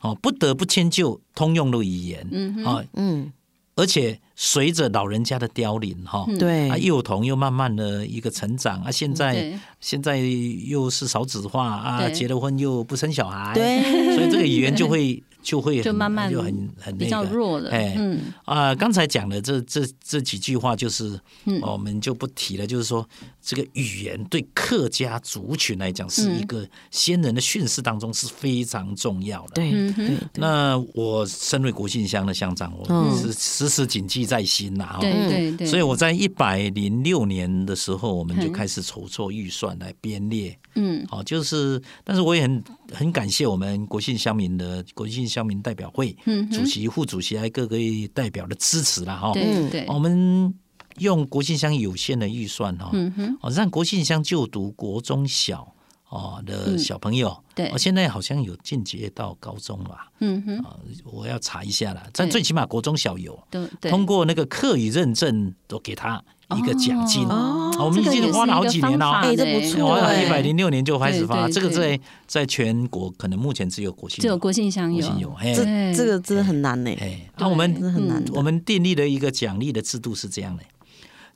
Speaker 3: 哦，不得不迁就通用的语言，
Speaker 1: 嗯哼，
Speaker 3: 啊、
Speaker 2: 嗯，
Speaker 3: 而且随着老人家的凋零，哈、
Speaker 1: 嗯
Speaker 2: 对
Speaker 3: 啊，，幼童又慢慢的一个成长啊，现在
Speaker 1: 对
Speaker 3: 现在又是少子化啊，
Speaker 1: 对
Speaker 3: 结了婚又不生小孩，，
Speaker 2: 对，
Speaker 3: 所以这个语言 就会就会很
Speaker 1: 就慢慢
Speaker 3: 就很很
Speaker 1: 比较
Speaker 3: 那个
Speaker 1: 弱了，
Speaker 3: 哎
Speaker 1: 嗯，
Speaker 3: 啊，刚才讲的这这这几句话就是
Speaker 1: 嗯，
Speaker 3: 哦我们就不提了，就是说这个语言对客家族群来讲是一
Speaker 1: 嗯
Speaker 3: 个先人的训示当中是非常重要的。
Speaker 2: 对
Speaker 1: 嗯
Speaker 2: 对
Speaker 1: 哼，
Speaker 3: 那我身为国信乡的乡长，我
Speaker 2: 嗯
Speaker 3: 是时时谨记在心呐、哈。
Speaker 1: 对对对，
Speaker 3: 所以我在一百零六年的时候，我们就
Speaker 1: 嗯
Speaker 3: 开始筹措预算来编列。
Speaker 1: 嗯
Speaker 3: 好、就是，但是我也很很感谢我们国信乡民的国信乡民代表会、
Speaker 1: 嗯
Speaker 3: 主
Speaker 1: 哼，
Speaker 3: 席、哦副主席还有各个代表的支持啦，哈、
Speaker 2: 嗯
Speaker 1: 对对，
Speaker 3: 我们用国信乡有限的预算哈、
Speaker 1: 嗯哼，
Speaker 3: 哦，让国信乡就读国中小哦的小朋友，
Speaker 1: 嗯对
Speaker 3: 哦，现在好像有进阶到高中吧，
Speaker 1: 嗯哼，
Speaker 3: 啊、我要查一下啦，但
Speaker 1: 对
Speaker 3: 最起码国中小有。
Speaker 1: 对对，
Speaker 3: 通过那个课语认证，都给他一个奖金。
Speaker 1: 哦
Speaker 3: 啊我们已经花了好几年了啊，
Speaker 2: 哎这不错
Speaker 3: 花
Speaker 2: 哎
Speaker 3: 了
Speaker 2: 对
Speaker 3: 一百零六年就开始发，
Speaker 1: 对对
Speaker 3: 这个
Speaker 1: 对
Speaker 3: 在在全国可能目前只有国信
Speaker 1: 只有国信乡
Speaker 3: 国
Speaker 1: 有
Speaker 3: 信有，，哎
Speaker 2: 这
Speaker 1: 对
Speaker 2: 这个真的很难呢，
Speaker 3: 哎，
Speaker 1: 对
Speaker 3: 那我们
Speaker 2: 真的很难
Speaker 3: 我们订立的一个奖励的制度是这样的，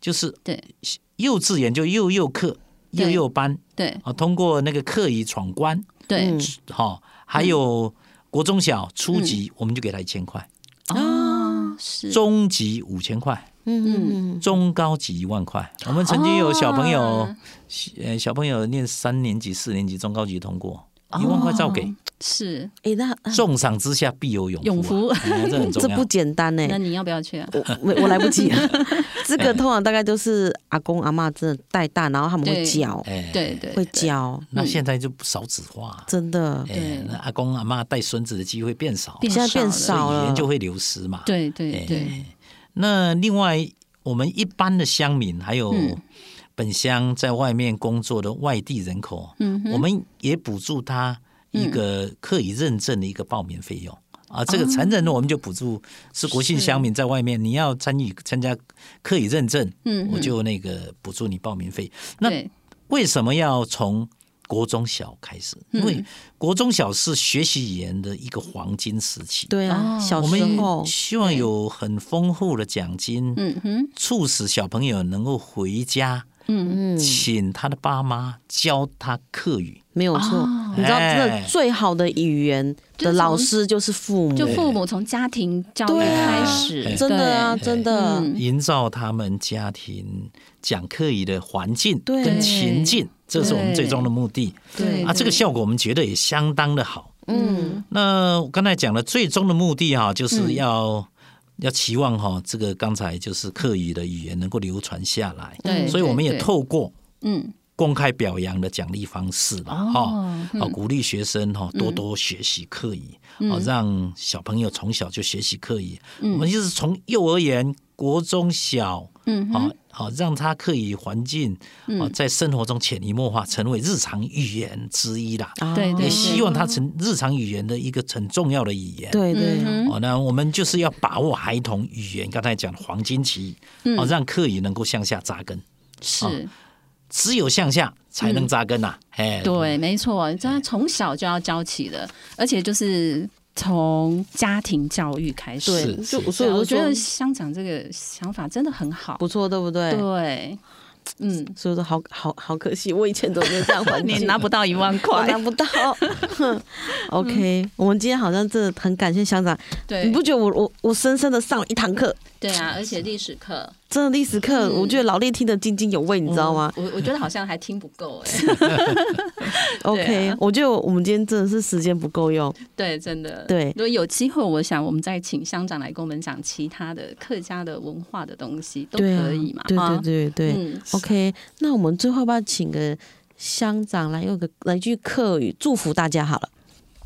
Speaker 3: 就是
Speaker 1: 对
Speaker 3: 幼稚园就幼幼课、
Speaker 1: 对
Speaker 3: 幼幼班
Speaker 1: 对
Speaker 3: 啊，通过那个课以闯关，
Speaker 2: 嗯
Speaker 1: 对，
Speaker 3: 哈、还有国中小初级，
Speaker 2: 嗯
Speaker 3: 我们就给他一千块，
Speaker 2: 啊
Speaker 1: 哦，是，
Speaker 3: 中级五千块，
Speaker 2: 嗯嗯
Speaker 3: 中高级一万块。我们曾经有小朋友，
Speaker 1: 哦
Speaker 3: 呃，小朋友念三年级、四年级中高级通过，
Speaker 2: 哦
Speaker 3: 一万块照给，
Speaker 1: 是
Speaker 2: 哎，那那
Speaker 3: 重赏之下必有勇夫啊
Speaker 1: 永福
Speaker 3: 哎这 很
Speaker 2: 这
Speaker 3: 重要
Speaker 2: 不。简单呢，
Speaker 1: 那你要不要去啊？
Speaker 2: 我我我来不 及，这个通常大概都是阿公阿妈真的带大，然后他们会
Speaker 1: 对
Speaker 2: 教，
Speaker 3: 哎，
Speaker 1: 对对，
Speaker 2: 会
Speaker 1: 对，
Speaker 2: 教，
Speaker 3: 那现在就不少子化，
Speaker 2: 真的，
Speaker 3: 哎
Speaker 1: 对，
Speaker 3: 那阿公阿妈带孙子的机会变少，
Speaker 1: 变
Speaker 2: 现在变
Speaker 1: 少
Speaker 2: 少
Speaker 3: 语
Speaker 2: 了，
Speaker 3: 言就会流失嘛。
Speaker 1: 对对
Speaker 3: 哎
Speaker 1: 对，
Speaker 3: 那另外，我们一般的乡民还有
Speaker 1: 嗯
Speaker 3: 本乡在外面工作的外地人口，
Speaker 1: 嗯哼，嗯
Speaker 3: 我们也补助他一个可以认证的一个报名费用。啊，
Speaker 1: 哦
Speaker 3: 这个成人呢，我们就补助是国姓乡民在外面，你要参与参加可以认证，
Speaker 1: 嗯哼
Speaker 3: 我就那个补助你报名费。那
Speaker 1: 对
Speaker 3: 为什么要从国中小开始？
Speaker 1: 嗯
Speaker 3: 因为国中小是学习语言的一个黄金时期。
Speaker 2: 对啊，
Speaker 1: 哦
Speaker 2: 小
Speaker 3: 我
Speaker 2: 时
Speaker 3: 们
Speaker 2: 候
Speaker 3: 希望有很丰厚的奖金，
Speaker 1: 嗯哼，
Speaker 3: 促使小朋友能够回家，
Speaker 1: 嗯
Speaker 3: 请他的爸妈教他客语。
Speaker 2: 没有错
Speaker 1: 哦，
Speaker 2: 你知道，真
Speaker 3: 哎
Speaker 2: 的最好的语言的老师就是父母，
Speaker 1: 就父母从家庭教育
Speaker 2: 对啊
Speaker 1: 开始，
Speaker 3: 哎
Speaker 2: 真的啊，
Speaker 1: 对
Speaker 2: 真的，
Speaker 1: 嗯
Speaker 3: 营造他们家庭讲客语的环境
Speaker 2: 对
Speaker 3: 跟情境，这是我们最终的目的
Speaker 1: 对
Speaker 3: 啊！这个效果我们觉得也相当的好。
Speaker 2: 嗯，
Speaker 3: 那我刚才讲的最终的目的
Speaker 1: 嗯
Speaker 3: 哈、就是要、要期望哈、这个刚才就是客语的语言能够流传下来，
Speaker 1: 对
Speaker 3: 所以我们也
Speaker 1: 对对
Speaker 3: 透过
Speaker 1: 嗯
Speaker 3: 公开表扬的奖励方式了哈，
Speaker 1: 哦嗯
Speaker 3: 啊、鼓励学生哈、多多学习课语，啊、让小朋友从小就学习课语。我们就是从幼儿园、国中小，
Speaker 1: 嗯
Speaker 3: 啊、好、让他课语环境啊、在生活中潜移默化，成为日常语言之一啦。
Speaker 2: 啊
Speaker 1: 对对
Speaker 3: 也希望它成日常语言的一个很重要的语言。
Speaker 2: 对
Speaker 1: 嗯
Speaker 2: 对，
Speaker 3: 哦，那我们就是要把握孩童语言刚才讲的黄金期，
Speaker 1: 嗯
Speaker 3: 哦，让课语能够向下扎根，哦
Speaker 1: 是
Speaker 3: 只有向下才能扎根呐、哎、
Speaker 1: 嗯对，没错，这样从小就要教起的，而且就是从家庭教育开始。
Speaker 2: 对，
Speaker 3: 是
Speaker 2: 就是所
Speaker 1: 对
Speaker 2: 以
Speaker 1: 啊我
Speaker 2: 我
Speaker 1: 觉
Speaker 2: 就
Speaker 1: 得
Speaker 2: 说
Speaker 1: 乡长这个想法真的很好。
Speaker 2: 不错，对不对？
Speaker 1: 对，嗯，
Speaker 2: 所以我说好好好可惜，我以前怎么没有这样环境？
Speaker 1: 不嗯到一万
Speaker 2: 我 拿，不到。OK，我们今天好像真的很感谢乡长，
Speaker 1: 对，
Speaker 2: 你不觉得我我我深深的上了一堂课？
Speaker 1: 对啊，而且历史课，
Speaker 2: 真的历史课，
Speaker 1: 嗯
Speaker 2: 我觉得老练听得津津有味，你知道吗
Speaker 1: 我我觉得好像还听不够哎、对
Speaker 2: ？OK，
Speaker 1: 啊
Speaker 2: 我觉得我们今天真的是时间不够用。
Speaker 1: 对，真的，
Speaker 2: 对
Speaker 1: 如果有机会，我想我们再请乡长来跟我们讲其他的客家的文化的东西都
Speaker 2: 对啊
Speaker 1: 可以嘛？
Speaker 2: 对
Speaker 1: 啊
Speaker 2: 对对对、
Speaker 1: 嗯
Speaker 2: o k 那我们最后要不要请个乡长来用个来句客语祝福大家好了？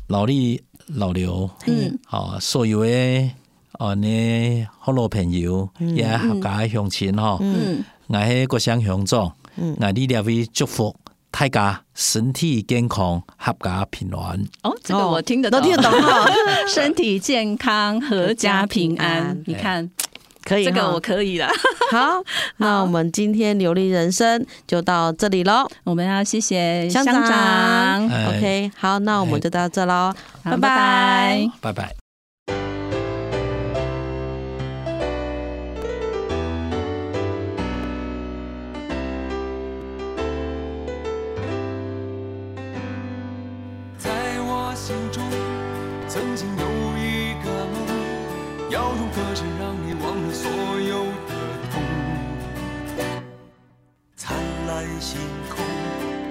Speaker 3: 老李、老刘，
Speaker 1: 嗯，
Speaker 3: 哦，所有的哦，你好老朋友，也合家乡亲哈，
Speaker 1: 嗯，
Speaker 3: 我喺国乡乡长，我你两位祝福大家身体健康，合家平安。
Speaker 1: 哦，这个我听得
Speaker 2: 都
Speaker 1: 懂，
Speaker 2: 听得懂 哈，
Speaker 1: 身体健康，阖家平
Speaker 2: 阖家
Speaker 1: 安哎
Speaker 2: 平安。
Speaker 1: 你看，
Speaker 2: 可以哈。
Speaker 1: 这个我可以了。
Speaker 2: 好，那我们今天流利人生就到这里喽。
Speaker 1: 我们要谢谢
Speaker 2: 乡
Speaker 1: 乡
Speaker 2: 长
Speaker 1: 长，
Speaker 3: 哎
Speaker 2: OK，好，那我们就到这喽，
Speaker 1: 好
Speaker 2: 拜
Speaker 1: 拜拜
Speaker 2: 拜。
Speaker 3: 拜拜。
Speaker 5: 在我心中，曾经有一个梦，要用歌声让你忘了所有的痛。
Speaker 6: 灿烂星空，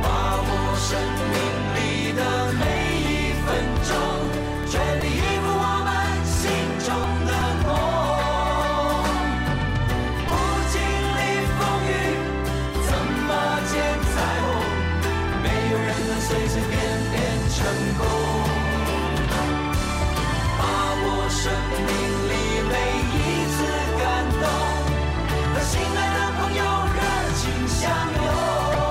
Speaker 6: 把握生命里的每一分钟，全力以赴我们心中的梦。不经历风雨，怎么见彩虹？没有人能随随便便成功。把握生命里每一次感动，和心爱的朋友热情相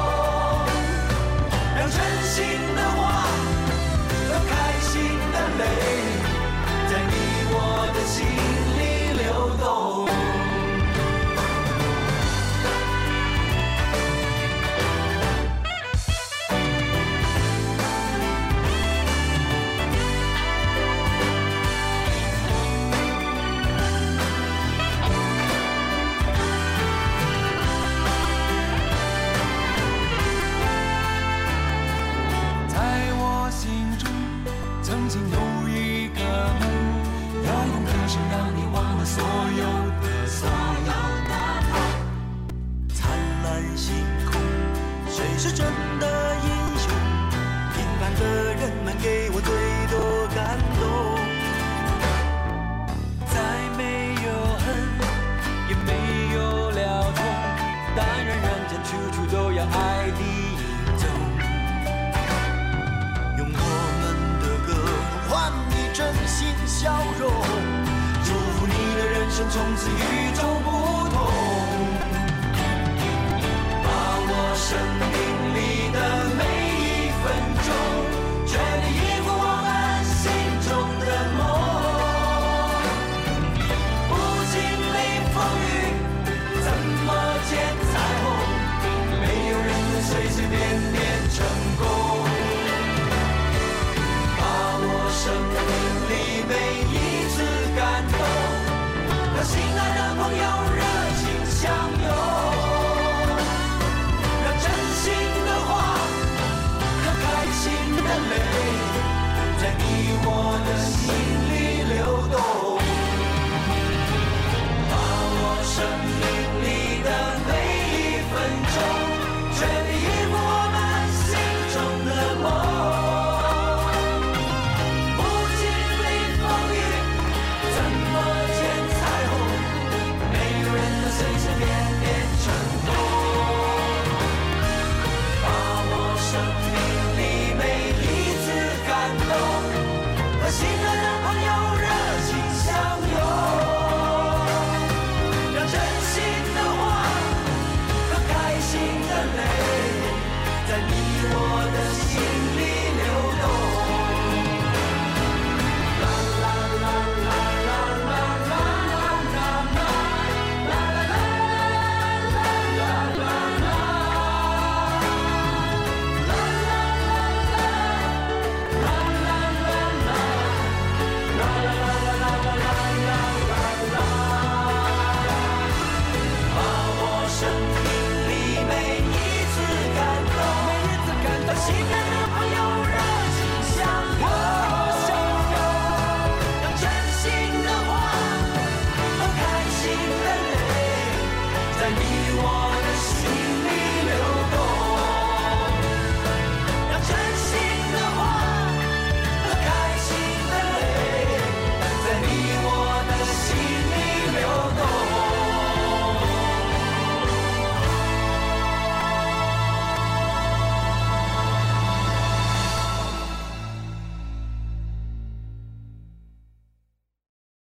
Speaker 5: 真的英雄。平凡的人们给我最多感动。再没有恨，也没有了痛，但愿人间处处都有爱的影踪。用我们的歌换你真心笑容，祝福你的人生从此与众不同。把握生命里的每一分钟，全力以赴我们心中的梦。不经历风雨，怎么见彩虹？没有人能随随便便成功。把握生命里每一次感动，和心爱的朋友。